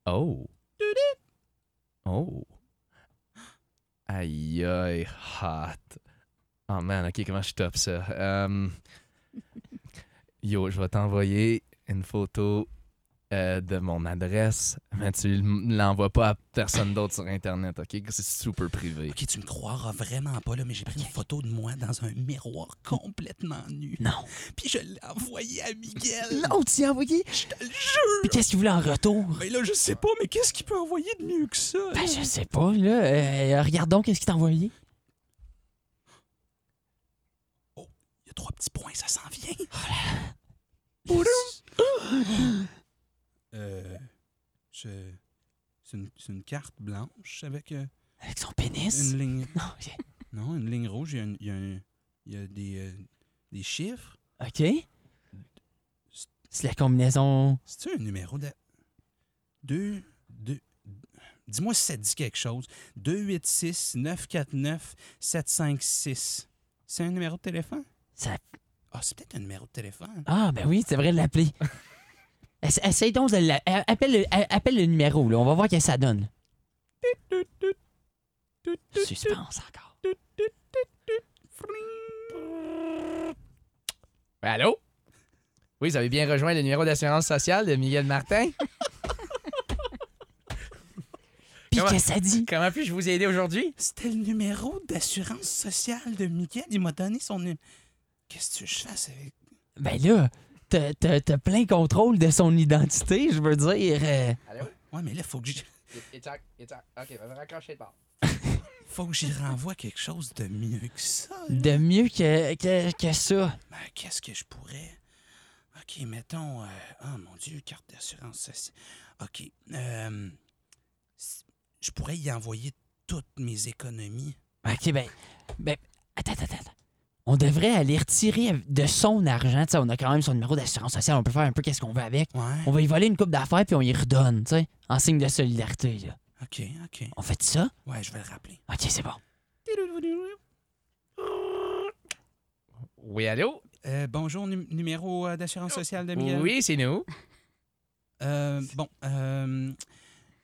Oh. Oh. Aïe, aïe, hot. Oh man, ok, comment je top ça? Um, yo, je vais t'envoyer une photo euh, de mon adresse, mais tu l- l'envoies pas à personne d'autre sur Internet, ok? C'est super privé. Ok, tu me croiras vraiment pas, là, mais j'ai pris une photo de moi dans un miroir complètement nu. Non. Puis je l'ai envoyée à Miguel. Non, tu l'as envoyé. Je te le jure. Puis qu'est-ce qu'il voulait en retour? Mais Ben là, je sais pas, mais qu'est-ce qu'il peut envoyer de mieux que ça? Ben, je sais pas, là. Euh, regardons qu'est-ce qu'il t'a envoyé. Il y a trois petits points, ça s'en vient. Oh Euh, je- C'est une, c'est une carte blanche avec euh, Avec son pénis. une ligne. Non, j'ai- Non, une ligne rouge. Il y a, une- il y a un- il y a des, euh, des chiffres. OK. C'est la combinaison. C'est-tu un numéro de. Deux. deux... Dis-moi si ça dit quelque chose. 286 949 756. C'est un numéro de téléphone? Ça- Ah, c'est peut-être un numéro de téléphone. Ah, ben oui, c'est vrai de l'appeler. Essa- Essaye donc de la- a- Appelle le, a- appelle le numéro, là. On va voir qu'est-ce que ça donne. Suspense encore. Ben, Allô? Oui, vous avez bien rejoint le numéro d'assurance sociale de Miguel Martin. Puis Comment- qu'est-ce que ça dit? Comment puis-je vous aider aujourd'hui? C'était le numéro d'assurance sociale de Miguel. Il m'a donné son numéro. Qu'est-ce que tu veux que je fasse avec. Ben là, t'as- t'as t'as plein contrôle de son identité, je veux dire. euh. Ouais, mais là, faut que j'y- Ok, va me raccrocher le bord. faut que j'y renvoie quelque chose de mieux que ça. De mieux que, que, que ça. Ben, qu'est-ce que je pourrais? OK, mettons. euh, Ah, mon Dieu, carte d'assurance sociale. OK. euh, s- je pourrais y envoyer toutes mes économies. OK, ben, ben, attends, attends, attends. On devrait aller retirer de son argent. Tu sais, on a quand même son numéro d'assurance sociale. On peut faire un peu qu'est-ce qu'on veut avec. Ouais. On va y voler une coupe d'affaires puis on y redonne, tu sais, en signe de solidarité. Là. OK, OK. On fait ça? Ouais, je vais le rappeler. OK, Ah, c'est bon. Oui, allô? Euh, bonjour, nu- numéro euh, d'assurance sociale Eh de Miguel. Oui, c'est nous. Euh, bon, euh,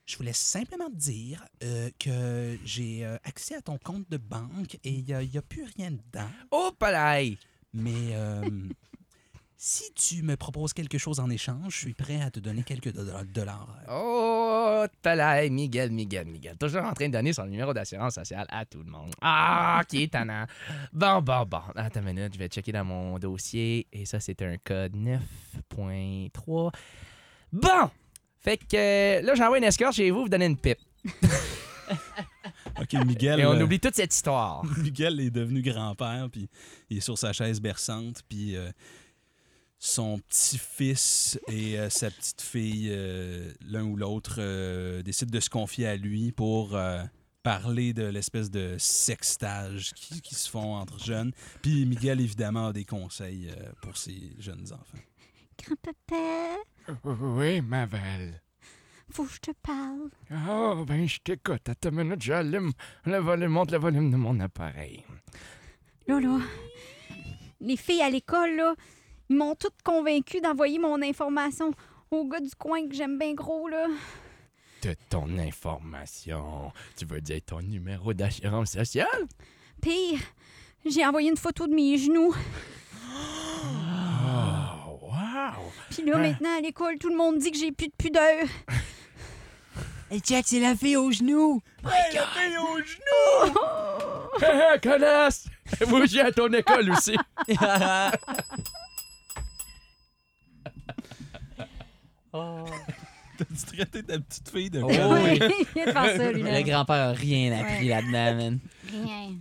je voulais simplement te dire euh, que j'ai euh, accès à ton compte de banque et il n'y a, il y a plus rien dedans. Oh, palais! Mais euh, si tu me proposes quelque chose en échange, je suis prêt à te donner quelques do- dollars. Oh, palais! Miguel, Miguel, Miguel. Toujours en train de donner son numéro d'assurance sociale à tout le monde. Ah, qui est tannant. Bon, bon, bon. Attends une minute, je vais checker dans mon dossier. Et ça, c'est un code 9.3. Bon! Fait que euh, là, j'envoie une escorte chez vous, vous donnez une pipe. OK, Miguel, Et on euh, oublie toute cette histoire. Miguel est devenu grand-père, puis il est sur sa chaise berçante, puis euh, son petit-fils et euh, sa petite-fille, euh, l'un ou l'autre, euh, décident de se confier à lui pour euh, parler de l'espèce de sextage qui, qui se font entre jeunes. Puis Miguel, évidemment, a des conseils euh, pour ses jeunes enfants. Grand-papa, Oui, ma belle. faut que je te parle. Oh, ben, je t'écoute. Attends une minute, j'allume le volume, monte le volume de mon appareil. Là, là, les filles à l'école, là, ils m'ont toutes convaincue d'envoyer mon information au gars du coin que j'aime bien gros, là. De ton information. Tu veux dire ton numéro d'assurance sociale? Pire, j'ai envoyé une photo de mes genoux. Oh, wow! Puis là, Ah. Hein? maintenant, à l'école, tout le monde dit que j'ai plus de pudeur. Hey, check, Eh, c'est la fille aux genoux. Hé, hé, connasse! Bougie à ton école aussi. T'as-tu traité ta petite-fille de... Oh, conne? oui. il vient de faire ça, lui. là. Le grand-père a rien appris là-dedans, man. Rien.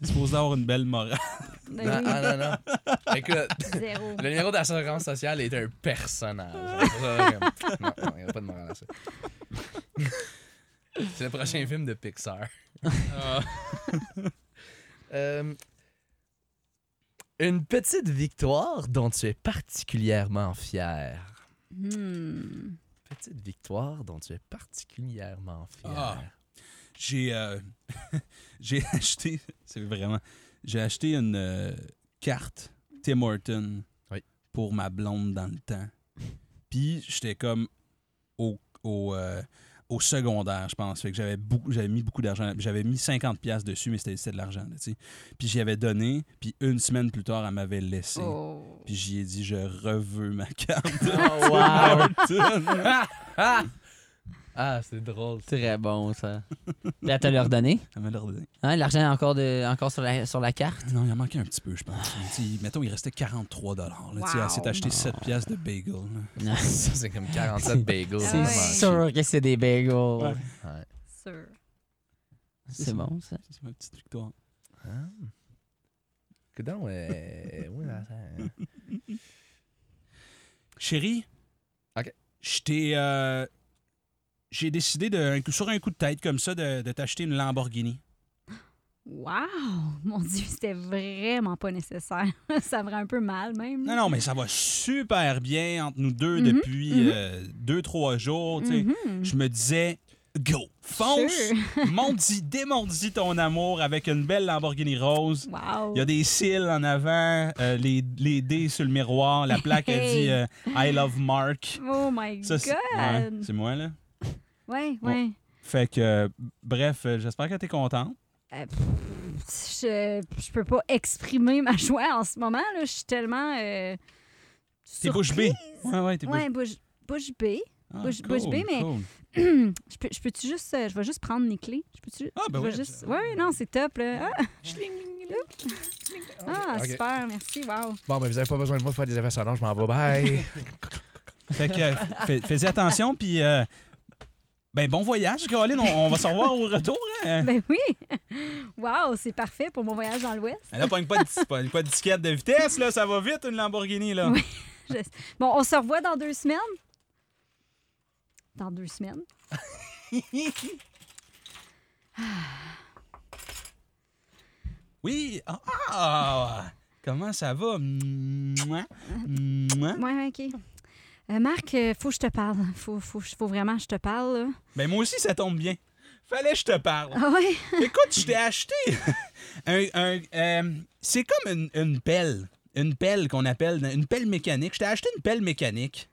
T'es supposé avoir une belle morale. non, Ben Ah, non, non. Écoute, oui, Zéro. le numéro d'assurance sociale est un personnage. C'est pour ça que- non, non, il n'y a pas de morale à ça. C'est le prochain film de Pixar. Ah. Euh, une petite victoire dont tu es particulièrement fier. Hmm. Petite victoire dont tu es particulièrement fier. Ah. j'ai euh, j'ai acheté c'est vraiment j'ai acheté une euh, carte Tim Horton Oui. pour ma blonde dans le temps puis j'étais comme au au, euh, au secondaire je pense fait que j'avais beaucoup j'avais mis beaucoup d'argent j'avais mis 50 pièces dessus mais c'était c'était de l'argent là, tu sais puis j'y avais donné puis une semaine plus tard elle m'avait laissé Oh. puis j'y ai dit je reveux ma carte Oh, wow! Horton. ah, c'est drôle. Très bon, ça. Là, t'as leur donné. elle m'a l'ordonné. Hein, L'argent est encore, de, encore sur, la, sur la carte. Non, il en manquait un petit peu, je pense. Tu sais, mettons, il restait 43 dollars. Tu sais, Wow. elle s'est acheté 7 pièces de bagel. là. Non. Ça, c'est comme 47 bagels. Ah, C'est C'est ouais. sûr que c'est des bagels. Sûr. C'est bon, Ça, ça. C'est ma petite victoire. Coudon, Ah. euh, oui, là, ça- Chérie, Ok. je t'ai... euh, J'ai décidé, de, un coup- sur un coup de tête comme ça, de, de t'acheter une Lamborghini. Wow! Mon Dieu, c'était vraiment pas nécessaire. ça me rend un peu mal, même. Non, non, mais ça va super bien entre nous deux Mhm, depuis mhm. euh, deux, trois jours. tu sais. Mhm. Je me disais, go, fonce, Sure. monte-y, démonte-y ton amour avec une belle Lamborghini rose. Wow! Il y a des cils en avant, euh, les, les dés sur le miroir, la plaque a dit euh, I love Mark. Oh my Ça, c'est- ouais, God! c'est moi, là. Ouais, ouais. Fait que, euh, bref, euh, j'espère que t'es contente. Je, je peux pas exprimer ma joie en ce moment. Là. Je suis tellement. euh, T'es bouche bée. surprise. Ouais, ouais, t'es Ouais, bouche, bouche bée. Ah, bouche- bouche bée, mais- cool. je peux, je peux-tu juste. euh, Je vais juste prendre les clés. Je peux-tu. Ah, ben je vais oui, juste. Ouais, ouais, non, c'est top, là. Ah, ah, Ok. super, merci, wow. Bon, ben, vous avez pas besoin de moi pour faire des affaires sonores, je m'en vais. Bye! Fait que, euh, fais- fais-y attention, puis. euh, ben, bon voyage, Caroline. On, on va se revoir au retour. Hein? Ben oui! Wow, c'est parfait pour mon voyage dans l'Ouest. Elle a pogne pas de, pogne pas de disquette de vitesse, là. Ça va vite, une Lamborghini, là. Oui. Bon, on se revoit dans deux semaines. Dans deux semaines. Oui. Ah, ah. Comment ça va? Mouah. Mouah. Ouais, ouais, OK. Euh, Marc, euh, faut que je te parle. Faut, faut, faut vraiment que je te parle. là. Ben moi aussi, ça tombe bien. Fallait que je te parle. Ah ouais? Écoute, je t'ai acheté un... un, euh, c'est comme une, une pelle. Une pelle qu'on appelle... Une pelle mécanique. Je t'ai acheté une pelle mécanique.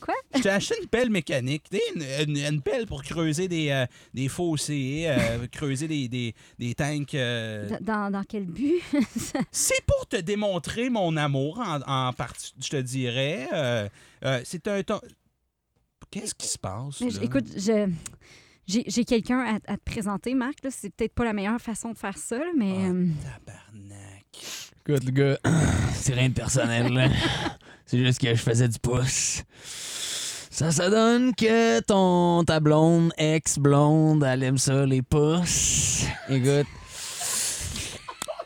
Quoi? Je t'ai acheté une pelle mécanique. Tu sais, Une, une- une pelle pour creuser des, euh, des fossés, euh, creuser des, des, des tanks... euh. Dans- Dans, dans quel but? C'est pour te démontrer mon amour, en, en partie, je te dirais. Euh, euh, c'est un... ton- Qu'est-ce qui se passe? Mais je- là? écoute, je. J'ai j'ai quelqu'un à, à te présenter, Marc. là. C'est peut-être pas la meilleure façon de faire ça, là, mais. Ah. euh, Tabarnak. Écoute, le gars. C'est rien de personnel, là. C'est juste que je faisais du pouce. Ça, ça donne que ton, ta blonde, ex-blonde, elle aime ça, les pouces. Écoute,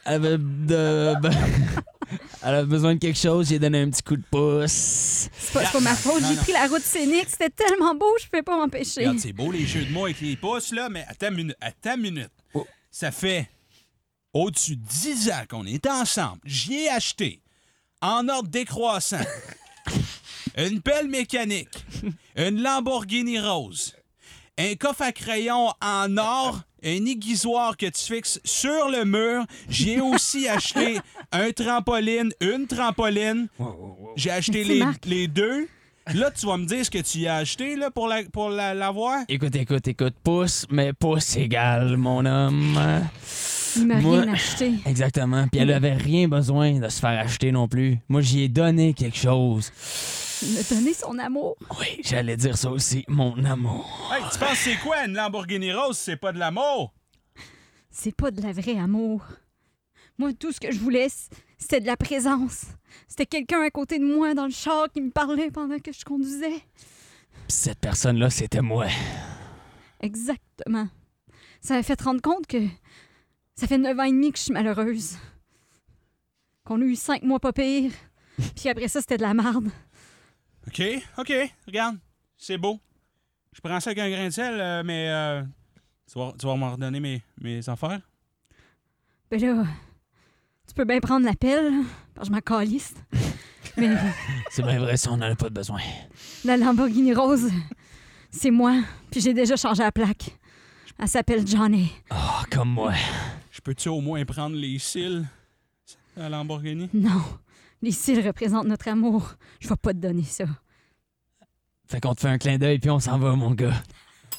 elle avait, de- elle avait besoin de quelque chose, j'ai donné un petit coup de pouce. C'est pas, c'est pas ma faute. Non, J'ai non. pris la route scénique. C'était tellement beau, je pouvais pas m'empêcher. Regarde, c'est beau les jeux de mots avec les pouces, là, mais attends une minute. Attends une minute. Oh. Ça fait au-dessus de 10 ans qu'on est ensemble. J'y ai acheté, en ordre décroissant, une pelle mécanique, une Lamborghini rose, un coffre à crayon en or, un aiguisoir que tu fixes sur le mur. J'y ai aussi acheté un trampoline, une trampoline. J'ai acheté Merci, les, Marc. les deux. Là, tu vas me dire ce que tu y as acheté là, pour l'avoir. La, pour la, l'avoir? Écoute, écoute, écoute, pouce, mais pouce égale, mon homme. Il m'a Moi- rien acheté. Exactement. Puis elle avait rien besoin de se faire acheter non plus. Moi, j'y ai donné quelque chose. Il m'a donné son amour. Oui, j'allais dire ça aussi, mon amour. Hey, tu penses c'est quoi une Lamborghini rose? C'est pas de l'amour. C'est pas de la vraie amour. Moi, tout ce que je voulais, c- c'était de la présence. C'était quelqu'un à côté de moi dans le char qui me parlait pendant que je conduisais. Puis cette personne-là, c'était moi. Exactement. Ça m'a fait te rendre compte que ça fait neuf ans et demi que je suis malheureuse. Qu'on a eu cinq mois pas pire. Puis après ça, c'était de la marde. OK, OK, regarde. C'est beau. Je prends ça avec un grain de sel, euh, mais euh, tu vas, tu vas m'en redonner mes, mes affaires. Ben là, tu peux bien prendre l'appel, parce que je m'en calisse. Mais C'est bien vrai, ça, on n'en a pas de besoin. la Lamborghini rose, c'est moi. Puis j'ai déjà changé la plaque. Elle s'appelle Johnny. Ah, comme moi. Je peux-tu au moins prendre les cils à la Lamborghini? Non, les cils représentent notre amour. Je vais pas te donner ça. Fait qu'on te fait un clin d'œil, puis on s'en va, mon gars.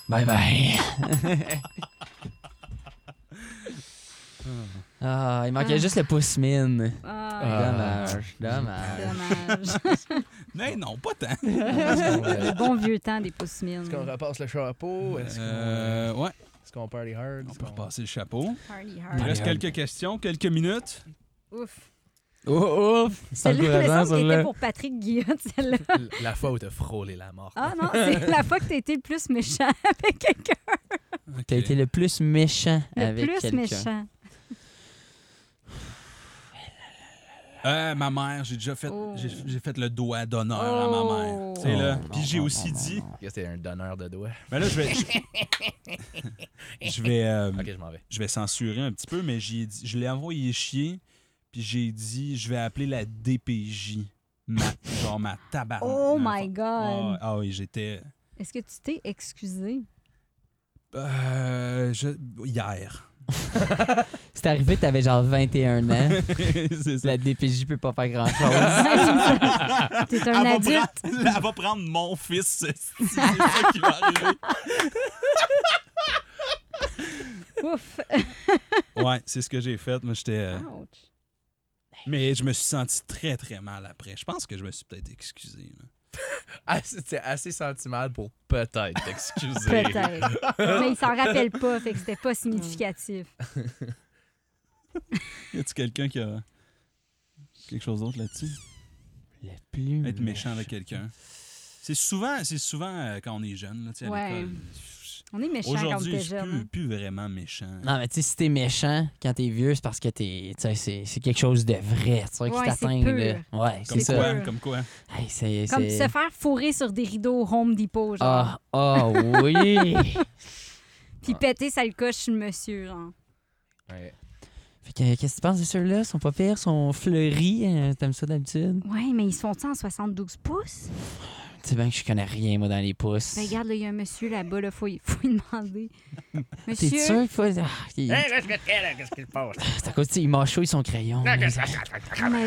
Bye bye. ah, il manquait Ah. juste le pouce mine. Ah. Dommage, dommage. Dommage. Mais non, pas tant. Le bon vieux temps des pouces mines. Est-ce qu'on repasse le chapeau? Est-ce qu'on Euh, ouais, est-ce qu'on party hard? on Est-ce peut qu'on- repasser le chapeau. Party Il hard. reste quelques questions, quelques minutes. Ouf. Oh, ouf! C'est Celle-là, encourageant, me semble qu'elle celle-là. était pour Patrick Guillotte, celle-là. La fois où t'as frôlé la mort. Ah non, c'est la fois que t'as été le plus méchant avec quelqu'un. T'as été le plus méchant Le avec plus quelqu'un. méchant. Euh, ma mère, j'ai déjà fait, Oh. j'ai, j'ai fait le doigt d'honneur Oh. à ma mère. Tu sais, Oh, là. non, Puis j'ai non, aussi non, non, dit. non. Là, C'était un donneur de doigts. Ben là, je vais. Je, je vais, euh, Ok, je m'en vais. je vais censurer un petit peu, mais j'y ai dit- je l'ai envoyé chier. Puis j'ai dit, je vais appeler la DPJ. Ma, genre ma Ah, tabarnak. Oh dans le my fond. God. Ah, ah oui, j'étais. Est-ce que tu t'es excusé? euh, je- hier. C'est arrivé, t'avais genre 21 ans. C'est ça. La DPJ peut pas faire grand-chose. T'es un va adulte. prendre- elle va prendre mon fils. C'est c'est ça qui va arriver. Ouf. Ouais, c'est ce que j'ai fait. Moi, j'étais. Ah euh, Ouch. Mais je me suis senti très, très mal après. Je pense que je me suis peut-être excusé. là. Assez, t'es Ah, assez sentimental pour peut-être t'excuser. Peut-être. Mais il s'en rappelle pas, fait que c'était pas significatif. Y a-tu quelqu'un qui a quelque chose d'autre là-dessus? Le plus Être méchant avec quelqu'un. C'est souvent, c'est souvent euh, quand on est jeune, là, tu sais, à Ouais. l'école. On hein. est méchant quand Aujourd'hui, t'es je suis plus, jeune. plus vraiment méchant. Non, mais tu sais, si t'es méchant quand t'es vieux, c'est parce que t'es. tu sais, C'est c'est quelque chose de vrai, tu sais, Ouais, qui t'atteint. c'est pur. là. Ouais, Comme c'est c'est ça. quoi, pur. comme quoi. Hey, c'est. Comme c'est- se faire fourrer sur des rideaux au Home Depot, genre. Ah, ah oui! Puis péter ça le coche le monsieur, genre. Ouais. fait que, qu'est-ce que tu penses de ceux-là? Ils sont pas pires, ils sont fleuris. hein, T'aimes ça d'habitude? Ouais, mais ils sont en 72 pouces? Tu sais bien que je connais rien, moi, dans les pouces. Ben, regarde, là, il y a un monsieur là-bas, là, faut, y- faut lui demander. T'es Monsieur, sûr qu'il faut. Ah, il- Qu'est-ce qu'il passe? C'est à cause, tu sais, il mâchouille son crayon. là. mais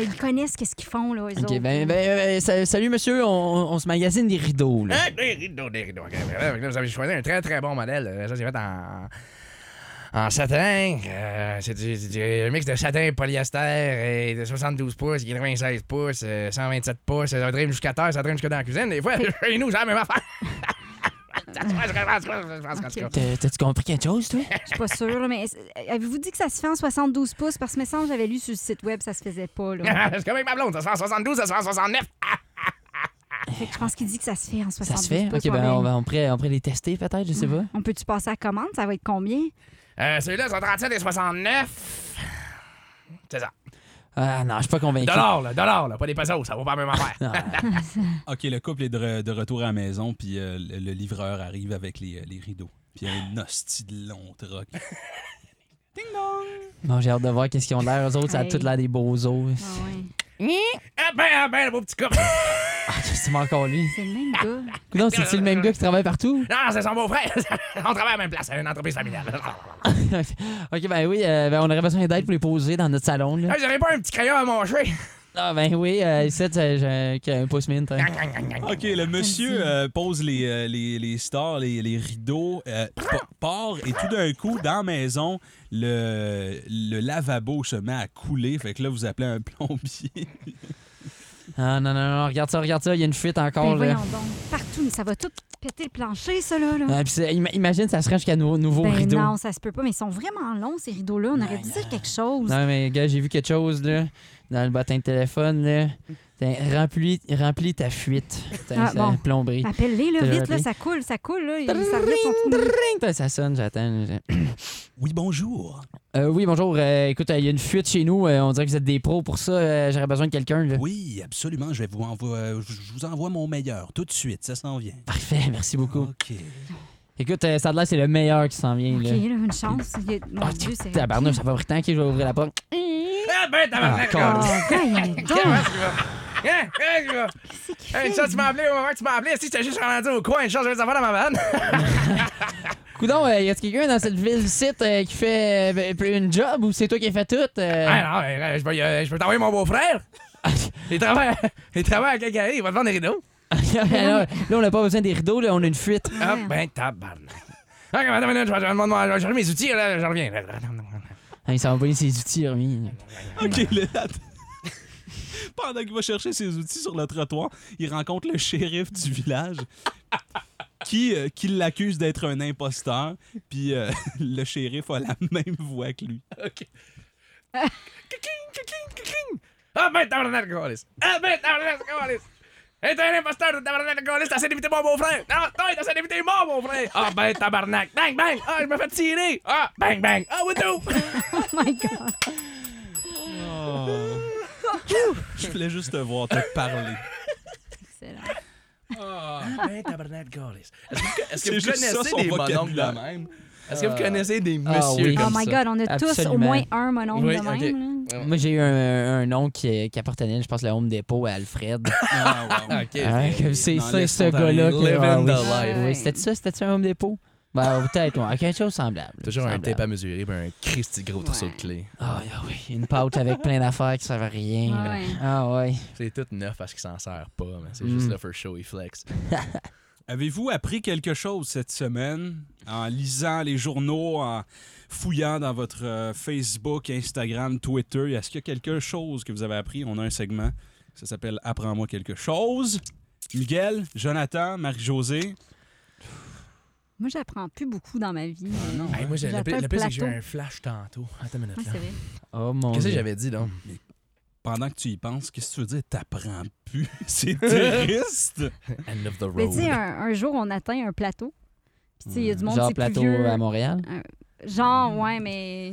ils connaissent qu'est-ce qu'ils font, là, eux Ok, autres. ben, ben, ben, sa- salut monsieur, on, on- on se magasine des rideaux, là. Ah, Des rideaux, des rideaux. Ok, ben, voilà, Vous avez choisi un très très bon modèle. Euh, Ça, c'est fait en. En satin, Euh, c'est du, du- du mix de satin et polyester et de 72 pouces, 96 pouces, euh, 127 pouces, ça traîne jusqu'à terre, ça traîne jusque dans la cuisine. Des fois, chez nous, c'est la même affaire. Ça se passe, ça se passe, ça se passe, ça se passe. T'as- T'as-tu compris quelque chose, toi? Je suis pas sûre, là, mais est- avez-vous dit que ça se fait en 72 pouces? Parce que, me semble, j'avais lu sur le site web, ça se faisait pas, là. C'est comme avec ma blonde, ça se fait en 72, ça se fait en 69. Fait que je pense qu'il dit que ça se fait en 72 Ça se fait? pouces, Ok, ouais, ben on, va- on pourrait, on pourrait les tester peut-être, je sais pas. On peut-tu passer à la commande? Ça va être combien? Euh, Celui-là, c'est 37 et 69. C'est ça. Ah non, je suis pas convaincu. Dollars, là, dollars, là, pas des pesos, ça vaut pas la même affaire. Non. OK, le couple est de, re- de retour à la maison, puis euh, le, le livreur arrive avec les, euh, les rideaux. Puis il y a une hostie de long truc. Bon, j'ai hâte de voir qu'est-ce qu'ils ont l'air. Eux autres, ça a Hey. tout l'air des beaux os. Ah ouais. Ah ben, ah ben, le beau petit couple. Ah, qu'est-ce que tu encore lui? C'est le même gars. Non, c'est-tu le même gars qui travaille partout? Non, c'est son beau-frère. On travaille à la même place, à une entreprise familiale. ok, ben oui, euh, ben, on aurait besoin d'aide pour les poser dans notre salon. Là. Ah, J'aurais pas un petit crayon à mon cheveu. Ah, ben oui, euh, ici, t'as- j'ai j'ai un pouce mine. t'as- OK, le monsieur euh, pose les, euh, les, les stars, les, les rideaux, euh, pa- part, et tout d'un coup, dans la maison, le, le lavabo se met à couler. Fait que là, vous appelez un plombier. Ah, non, non, non, regarde ça, regarde ça, il y a une fuite Ben encore. là. voyons donc. Partout, mais ça va tout péter le plancher, ça, là. là. Ah, puis c'est- ima- imagine, ça serait jusqu'à nouveau, nouveau ben rideau. non, ça se peut pas. Mais ils sont vraiment longs, ces rideaux-là. On aurait dû dire quelque chose. Non, mais gars, j'ai vu quelque chose, là, dans le bottin de téléphone, là. T'as- Remplis, remplis ta fuite. T'as- Ah, ça- bon. Plomberie. Appelle-les, là, T'as vite, appelé? là. Ça coule, ça coule, là. Ils Tring, ça revient continuer. tring, t'as- ça sonne, j'attends. j'ai- Oui, bonjour. Euh, oui, bonjour. euh, écoute, euh, il y a une fuite chez nous. euh, on dirait que vous êtes des pros pour ça. euh, J'aurais besoin de quelqu'un, là. Oui, absolument. Je, vais vous envoie- euh, je je vous envoie mon meilleur tout de suite. Ça s'en vient. Parfait, merci beaucoup. OK. Écoute, euh, ça de là, c'est le meilleur qui s'en vient, OK, là. là, une chance. Il y a- Mon Ah, Dieu, c'est... tabarnouche, ça va prendre tant que je vais ouvrir la porte. Ah ben, Ah, tabarnak. Oh, câlisse. voyons Comment donc. tu vas? Hein? Hein, tu vas? Hey, ça, tu m'as appelé au moment que tu m'as appelé. Si j'étais juste rendu au coin, je changeais des affaires dans ma vanne. Coudon, euh, y a-t-il quelqu'un dans cette ville-site euh, qui fait euh, ben, une job ou c'est toi qui as fait tout? euh? Ah non, mais, euh, je peux, euh, je peux t'envoyer mon beau-frère. Il travaille, il travaille à quelqu'un, il va te vendre des rideaux. là, Ah, ben, là, on n'a pas besoin des rideaux, là, on a une fuite. Ah ben, tabarnak. Ah, attends, une minute, je vais- je vais demander- je vais chercher mes outils, là, je reviens. Ah, il s'en va voler ses outils, Hermie. OK, le Pendant qu'il va chercher ses outils sur le trottoir, il rencontre le shérif du village qui, euh, qui l'accuse d'être un imposteur. Puis euh, le shérif a la même voix que lui. Kikling, kikling, kikling. Ah ben, tabarnak, Gaulis. Ah ben, tabarnak, Gaulis. Hey, t'es un imposteur, tabarnak, Gaulis, t'as essayé d'éviter mon beau-frère. Ah, Non, toi, t'as essayé d'éviter mon beau-frère. Ah ben, tabarnak. Bang, bang. Ah, je me fais tirer. Ah, bang, bang. Ah, oui, tout. Je voulais juste te voir te parler. Excellent. Ah ben, tabarnak, Gaulis. Est-ce que, est-ce C'est juste ça, son vocabulaire. même? Est-ce que vous connaissez des Ah, oui. Oh Comme my ça? God, on a tous au Absolument. moins un mononcle Oui, de même. ok. là. Moi, j'ai eu un, un nom qui, qui appartenait, je pense, le Home Depot à Alfred. Ah, wow. OK. Ah, Hein? que c'est Dans ça, l'Est, ce on t'en gars-là. est que- living ah, oui. the Ah, life. oui, C'était ça, c'était un Home Depot? Ben, peut-être, ouais, quelque chose semblable. Toujours un Semblable. tape à mesurer, ben un Christy gros trousseau de clé. Ah oui, ah oui, une pouch avec plein d'affaires qui servent à rien. là. Ouais. Ah ouais. C'est tout neuf parce qu'il s'en sert pas, mais c'est Mm. juste le first show, il flex. Avez-vous appris quelque chose cette semaine en lisant les journaux, en fouillant dans votre euh, Facebook, Instagram, Twitter? Est-ce qu'il y a quelque chose que vous avez appris? On a un segment. Ça s'appelle Apprends-moi quelque chose. Miguel, Jonathan, Marie-Josée. Moi, j'apprends plus beaucoup dans ma vie. non. Hey, moi, j'ai- J'ai le pire, appelé le pire, c'est que j'ai eu plateau. un flash tantôt. Attends une minute, Ouais, là. c'est vrai. Oh mon Qu'est-ce que Dieu. j'avais dit, donc? Pendant que tu y penses, qu'est-ce que tu veux dire? T'apprends plus. C'est triste. End of the Mais tu sais, road. un, un jour, on atteint un plateau. Puis, tu sais, il y a du monde Genre qui est plus plateau vieux. à Montréal. Genre, ouais, mais.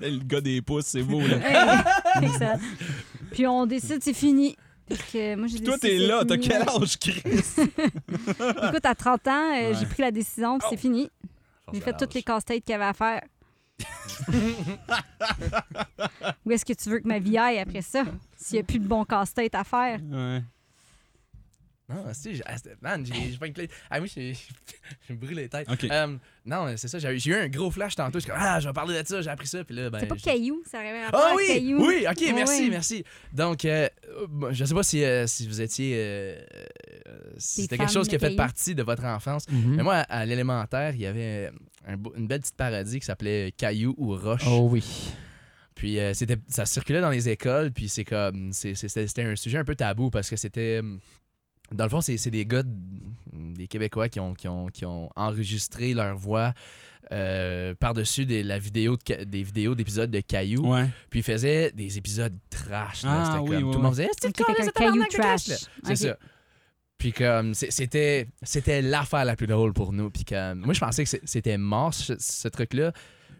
Le gars des pouces, c'est beau, là. Hey, Excellent. Puis, on décide, c'est fini. Fait Que moi, j'ai Toi, décidé, t'es c'est là. T'as fini. quel âge, Chris? Écoute, à 30 ans, euh, Ouais. j'ai pris la décision, puis c'est fini. J'ai hein, fait toutes les casse-têtes qu'il y avait à faire. Où est-ce que tu veux que ma vie aille après ça? S'il n'y a plus de bons casse-têtes à Ben, faire. Ouais. Non, si, j'ai- ah, c'était- man, j'ai j'ai pas une clé. Ah, oui, j'ai j'ai brûlé les têtes. OK. Euh, non, mais c'est ça, j'ai j'ai eu un gros flash tantôt. J'étais comme, ah, je vais parler de ça, j'ai appris ça, puis là, ben. C'est pas j'ai- caillou, ça aurait même Ah rapport à oui! caillou. Oui, ok, Ah merci, oui. merci. Donc, euh, euh, moi, je sais pas si, euh, si vous étiez. euh, euh, si Des c'était quelque fans chose qui de a fait cailloux. partie de votre enfance. Mhm. Mm-hmm. Mais moi, à, à l'élémentaire, il y avait un beau- une belle petite parodie qui s'appelait Caillou ou Roche. Oh oui. Puis euh, c'était, ça circulait dans les écoles, puis c'est comme. c'est- c'est- c'était, c'était un sujet un peu tabou parce que c'était. hum, Dans le fond, c'est, c'est des gars, de- des Québécois qui ont, qui ont, qui ont enregistré leur voix euh, par-dessus des, la vidéo de ca- des vidéos d'épisodes de Caillou. Ouais. Puis ils faisaient des épisodes trash. là. Ah, C'était oui, comme, oui, tout le oui. monde faisait Est-ce que Ok, tu connais fait ce que caillou tabarnak de trash. là? C'est Ok. ça. Puis comme, c'est- c'était, c'était l'affaire la plus drôle pour nous. Puis comme, moi, je pensais que c'est- c'était mort, ce, ce truc-là.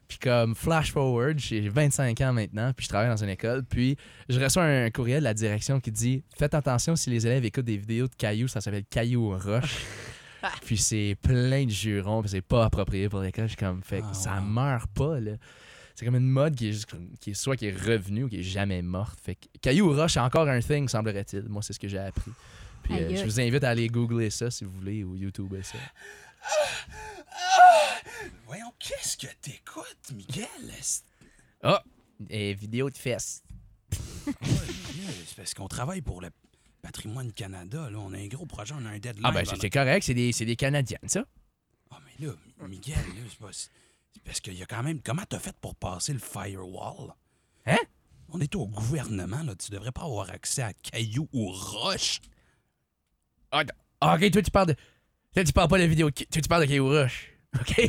Puis comme, flash forward, j'ai 25 ans maintenant, puis je travaille dans une école. Puis je reçois un courriel de la direction qui dit « Faites attention si les élèves écoutent des vidéos de cailloux, ça s'appelle Cailloux Roche. » Puis c'est plein de jurons, puis c'est pas approprié pour l'école. Je suis comme, fait que Ah ça ouais. meurt pas, là. C'est comme une mode qui est, juste- qui est soit qui est revenue ou qui est jamais morte. Fait que Caillou Rush est encore un thing, semblerait-il. Moi, c'est ce que j'ai appris. Puis euh, Aïe, je aïe. vous invite à aller googler ça si vous voulez ou YouTube ça. Voyons, qu'est-ce que t'écoutes, Miguel? C'est Ah! Et vidéo de fesses. pas mieux, c'est parce qu'on travaille pour le patrimoine Canada. Là. On a un gros projet, on a un deadline. Ah ben, c'est- avant- c'est correct, c'est des, c'est des Canadiennes, ça. Ah, mais là, M- Miguel, là, c'est pas- c'est parce qu'il y a quand même. Comment t'as fait pour passer le firewall? Hein? On est au gouvernement, là. Tu devrais pas avoir accès à cailloux ou roches. Ah, ok, toi, tu parles de... Toi, tu parles pas de vidéo... Toi, tu parles de Caillou Rush. OK?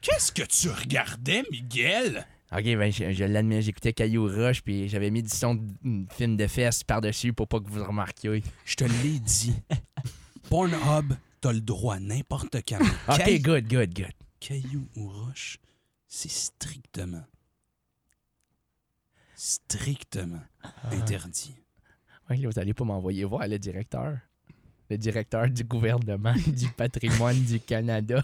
Qu'est-ce que tu regardais, Miguel? OK, ben, je, je l'admets, j'écoutais Caillou Rush, puis j'avais mis du son de de film de fesses par-dessus pour pas que vous le remarquiez. Je te l'ai dit. Pornhub, t'as le droit n'importe quand. OK, Caillou- good, good, good. cailloux ou roche, c'est strictement, strictement Ah. interdit. Ouais, là, vous allez pas m'envoyer voir le directeur. Le directeur du gouvernement du patrimoine du Canada.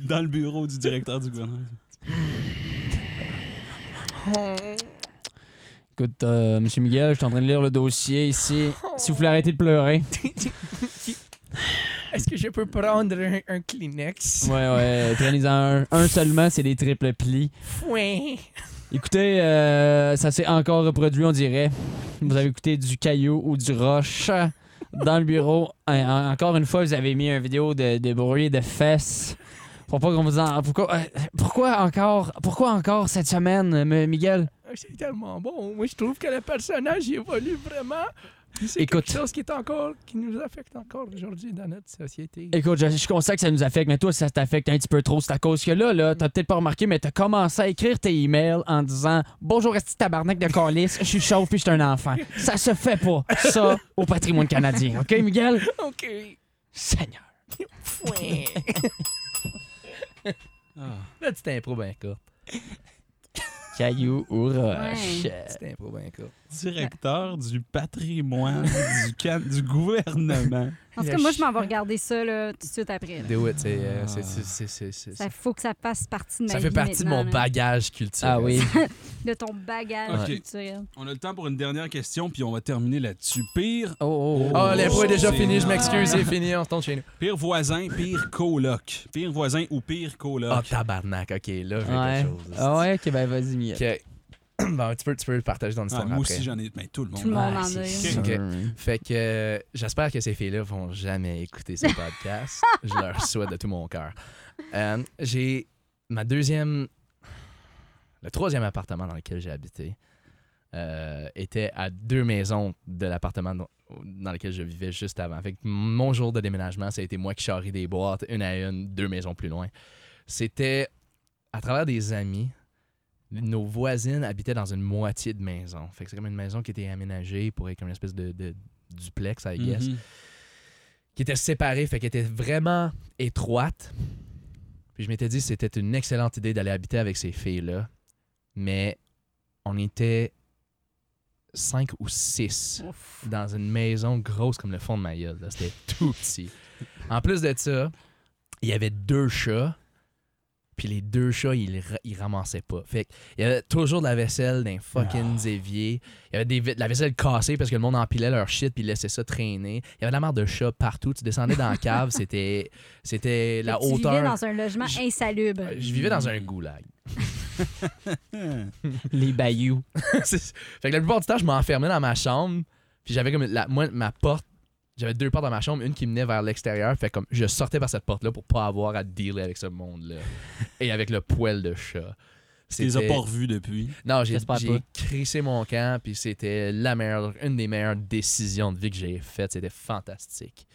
Dans le bureau du directeur du gouvernement. Écoute, euh, Monsieur Miguel, je suis en train de lire le dossier ici. Oh. Si vous voulez arrêter de pleurer. Est-ce que je peux prendre un, un Kleenex? Ouais, ouais, prenez-en un. Un seulement, c'est des triples plis. Oui. Écoutez, euh, ça s'est encore reproduit, on dirait. Vous avez écouté du caillou ou du roche dans le bureau. En- en- Encore une fois, vous avez mis une vidéo de, de bruit de fesses. Pourquoi qu'on vous en... Pourquoi, euh, pourquoi encore... Pourquoi encore cette semaine, M- Miguel? Ah, C'est tellement bon. Moi, je trouve que le personnage évolue vraiment. C'est Écoute. quelque chose qui est encore, qui nous affecte encore aujourd'hui dans notre société. Écoute, je, je suis conscient que ça nous affecte, mais toi, ça t'affecte un petit peu trop. C'est à cause que là, là t'as peut-être pas remarqué, mais t'as commencé à écrire tes emails en disant « Bonjour, esti de tabarnak de colis, je suis chauve puis je suis un enfant. » Ça se fait pas, ça, au patrimoine canadien. OK, Miguel? OK. Seigneur. Ouais. Là, tu t'impro bien court. Caillou ou roche. roche. Tu t'impro bien court. Directeur du patrimoine du, can- du gouvernement. En tout cas, moi, je m'en vais regarder ça là, tout de suite après. là. Do it, c'est... euh, c'est- c'est- c'est- c'est- c'est- Ça faut que ça fasse partie de ma Ça vie fait partie de mon maintenant, là. bagage culturel. Ah oui. De ton bagage Ok. culturel. On a le temps pour une dernière question, puis on va terminer là-dessus. Pire, Oh, oh, Oh, Oh, l'info est déjà c'est- finie, je m'excuse, c'est fini, on retourne chez nous. pire voisin, pire coloc. Pire voisin ou pire coloc. Ah, tabarnak, ok, là, j'ai Ouais. quelque chose. Ah ouais, ok, ben vas-y, Miguel. Ok. bon, tu peux, tu peux le partager dans Ah, l'histoire moi après. aussi, j'en ai. Mais tout le monde. hein. Tout le monde Ouais, en c'est a sûr. une. Ok. Fait que euh, j'espère que ces filles-là vont jamais écouter ce podcast. je leur souhaite de tout mon cœur. Euh, j'ai ma deuxième, le troisième appartement dans lequel j'ai habité euh, était à deux maisons de l'appartement dont- dans lequel je vivais juste avant. Fait que mon jour de déménagement, ça a été moi qui charrie des boîtes une à une, deux maisons plus loin. C'était à travers des amis. Nos voisines habitaient dans une moitié de maison. Fait que c'est comme une maison qui était aménagée pour être comme une espèce de, de duplex, I guess Mhm. qui était séparée, fait qu'elle était vraiment étroite. Puis je m'étais dit c'était une excellente idée d'aller habiter avec ces filles-là. Mais on était cinq ou six Ouf. dans une maison grosse comme le fond de ma gueule. là. C'était tout petit. En plus de ça, il y avait deux chats. Puis les deux chats, ils, ra- ils ramassaient pas. Fait qu'il y avait toujours de la vaisselle dans les fucking Ah. éviers. Il y avait des, vi- de la vaisselle cassée parce que le monde empilait leur shit puis ils laissaient ça traîner. Il y avait de la merde de chat partout. Tu descendais dans la cave, c'était, c'était la tu hauteur. vivais dans un logement Je- insalubre. Je vivais dans un goulag. Les bayous. C'est- fait que la plupart du temps, je m'enfermais dans ma chambre. Puis j'avais comme la, moi, ma porte. J'avais deux portes dans ma chambre, une qui menait vers l'extérieur. Fait comme je sortais par cette porte-là pour pas avoir à dealer avec ce monde-là. Et avec le poêle de chat. Tu les as C'était- pas revus depuis. Non, j'ai J'espère j'ai pas. crissé mon camp, puis c'était la meilleure, une des meilleures décisions de vie que j'ai faites. C'était fantastique.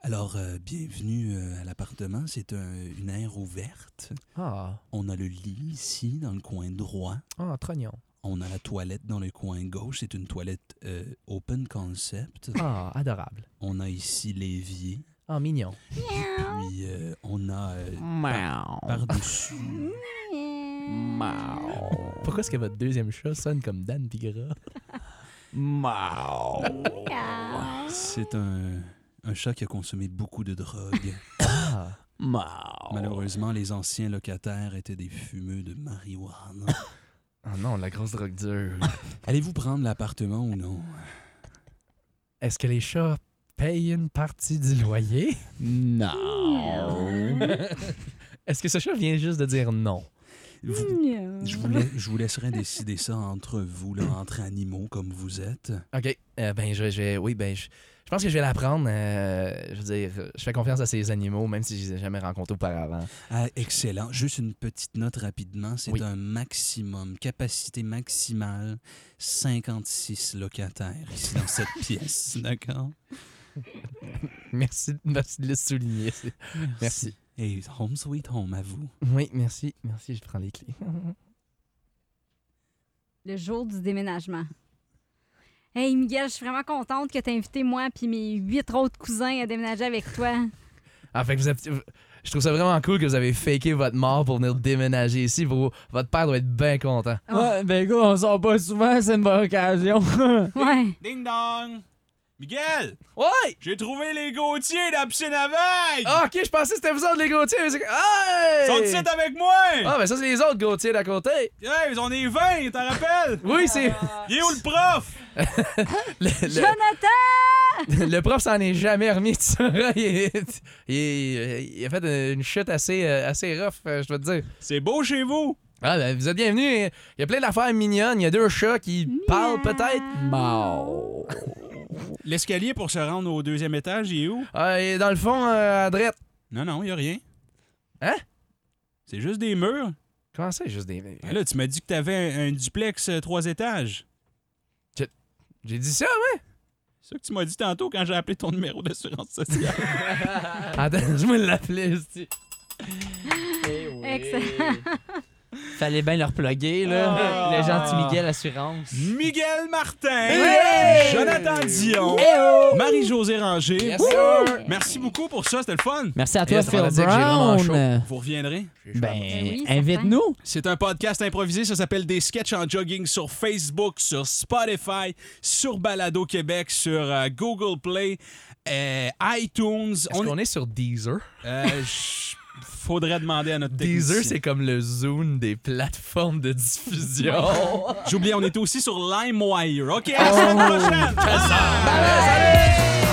Alors, euh, bienvenue euh, à l'appartement. C'est un- une aire ouverte. Ah, On a le lit ici, dans le coin droit. ah, trognon. On a la toilette dans le coin gauche. C'est une toilette euh, open concept. Ah, adorable. On a ici l'évier. Ah, mignon. Puis euh, on a euh, Miaou. par-dessus. Miaou. Pourquoi est-ce que votre deuxième chat sonne comme Dan Pigra? Miaou. C'est un, un chat qui a consommé beaucoup de drogue. Ah, Miaou. Malheureusement, les anciens locataires étaient des fumeux de marijuana. Ah non, la grosse drogue dure. Allez-vous prendre l'appartement ou non? Est-ce que les chats payent une partie du loyer? Non. Est-ce que ce chat vient juste de dire non? Vous- je, vous lai- je vous laisserai décider ça entre vous, là, entre animaux comme vous êtes. OK. Euh, ben, je, je vais. Oui, ben, je, je pense que je vais l'apprendre. euh, je veux dire, je fais confiance à ces animaux, même si je les ai jamais rencontrés auparavant. Ah, excellent. Juste une petite note rapidement. C'est Oui. un maximum, capacité maximale, 56 locataires ici dans cette pièce. D'accord? Merci, merci de le souligner. c'est- Merci. Et home sweet home à vous. Oui, merci. Merci, je prends les clés. Le jour du déménagement. Hey, Miguel, je suis vraiment contente que tu invité moi puis mes huit autres cousins à déménager avec toi. Ah, fait que vous êtes- Je trouve ça vraiment cool que vous avez faké votre mort pour venir déménager ici. Vos- votre père doit être bien content. Ouais, ben gars, on sort pas souvent, c'est une bonne occasion. Ouais. Ding dong! Miguel! Ouais! J'ai trouvé les Gautier dans la piscine à vague! Ah, ok, je pensais que c'était vous autres, les Gauthier. mais c'est- Hey! Sont ici avec moi! Ah, ben ça, c'est les autres Gauthier d'à côté. Hey, on est 20, t'en rappelles? Oui, c'est. Il est où le prof? Le, le- Jonathan! le prof s'en est jamais remis de ça. Il, est- il est- il a fait une chute assez, euh, assez rough, euh, je dois te dire. C'est beau chez vous! Ah, ben vous êtes bienvenus. Il y a plein d'affaires mignonnes. Il y a deux chats qui parlent peut-être. Miaou. L'escalier pour se rendre au deuxième étage, il est où? Ah, et dans le fond, euh, à droite. Non, non, il a rien. Hein? C'est juste des murs. Comment ça, juste des. Ah là, tu m'as dit que t'avais un, un duplex euh, trois étages. J'ai dit ça, C'est ça que tu m'as dit tantôt quand j'ai appelé ton numéro d'assurance sociale. Attends, je me l'appelais. c'est- Excellent. Fallait bien leur plugger, là. Ah. Le gentil Miguel Assurance. Miguel Martin! Hey! Jonathan Dion! oh! Marie-Josée Ranger! Yes, sir. Merci beaucoup pour ça, c'était le fun! Merci à toi, Yes, on a Phil dit que j'ai vraiment chaud. Brown. Vous reviendrez? Ben oui, Ben, certain. invite-nous. C'est un podcast improvisé, ça s'appelle Des sketchs en jogging sur Facebook, sur Spotify, sur Balado Québec, sur euh, Google Play, euh, iTunes. Est-ce qu'on est sur Deezer? Euh, je- faudrait demander à notre Deezer, technicien. c'est comme le Zoom des plateformes de diffusion. J'oubliais, on était aussi sur LimeWire. OK, à la semaine prochaine! Bye! Salut!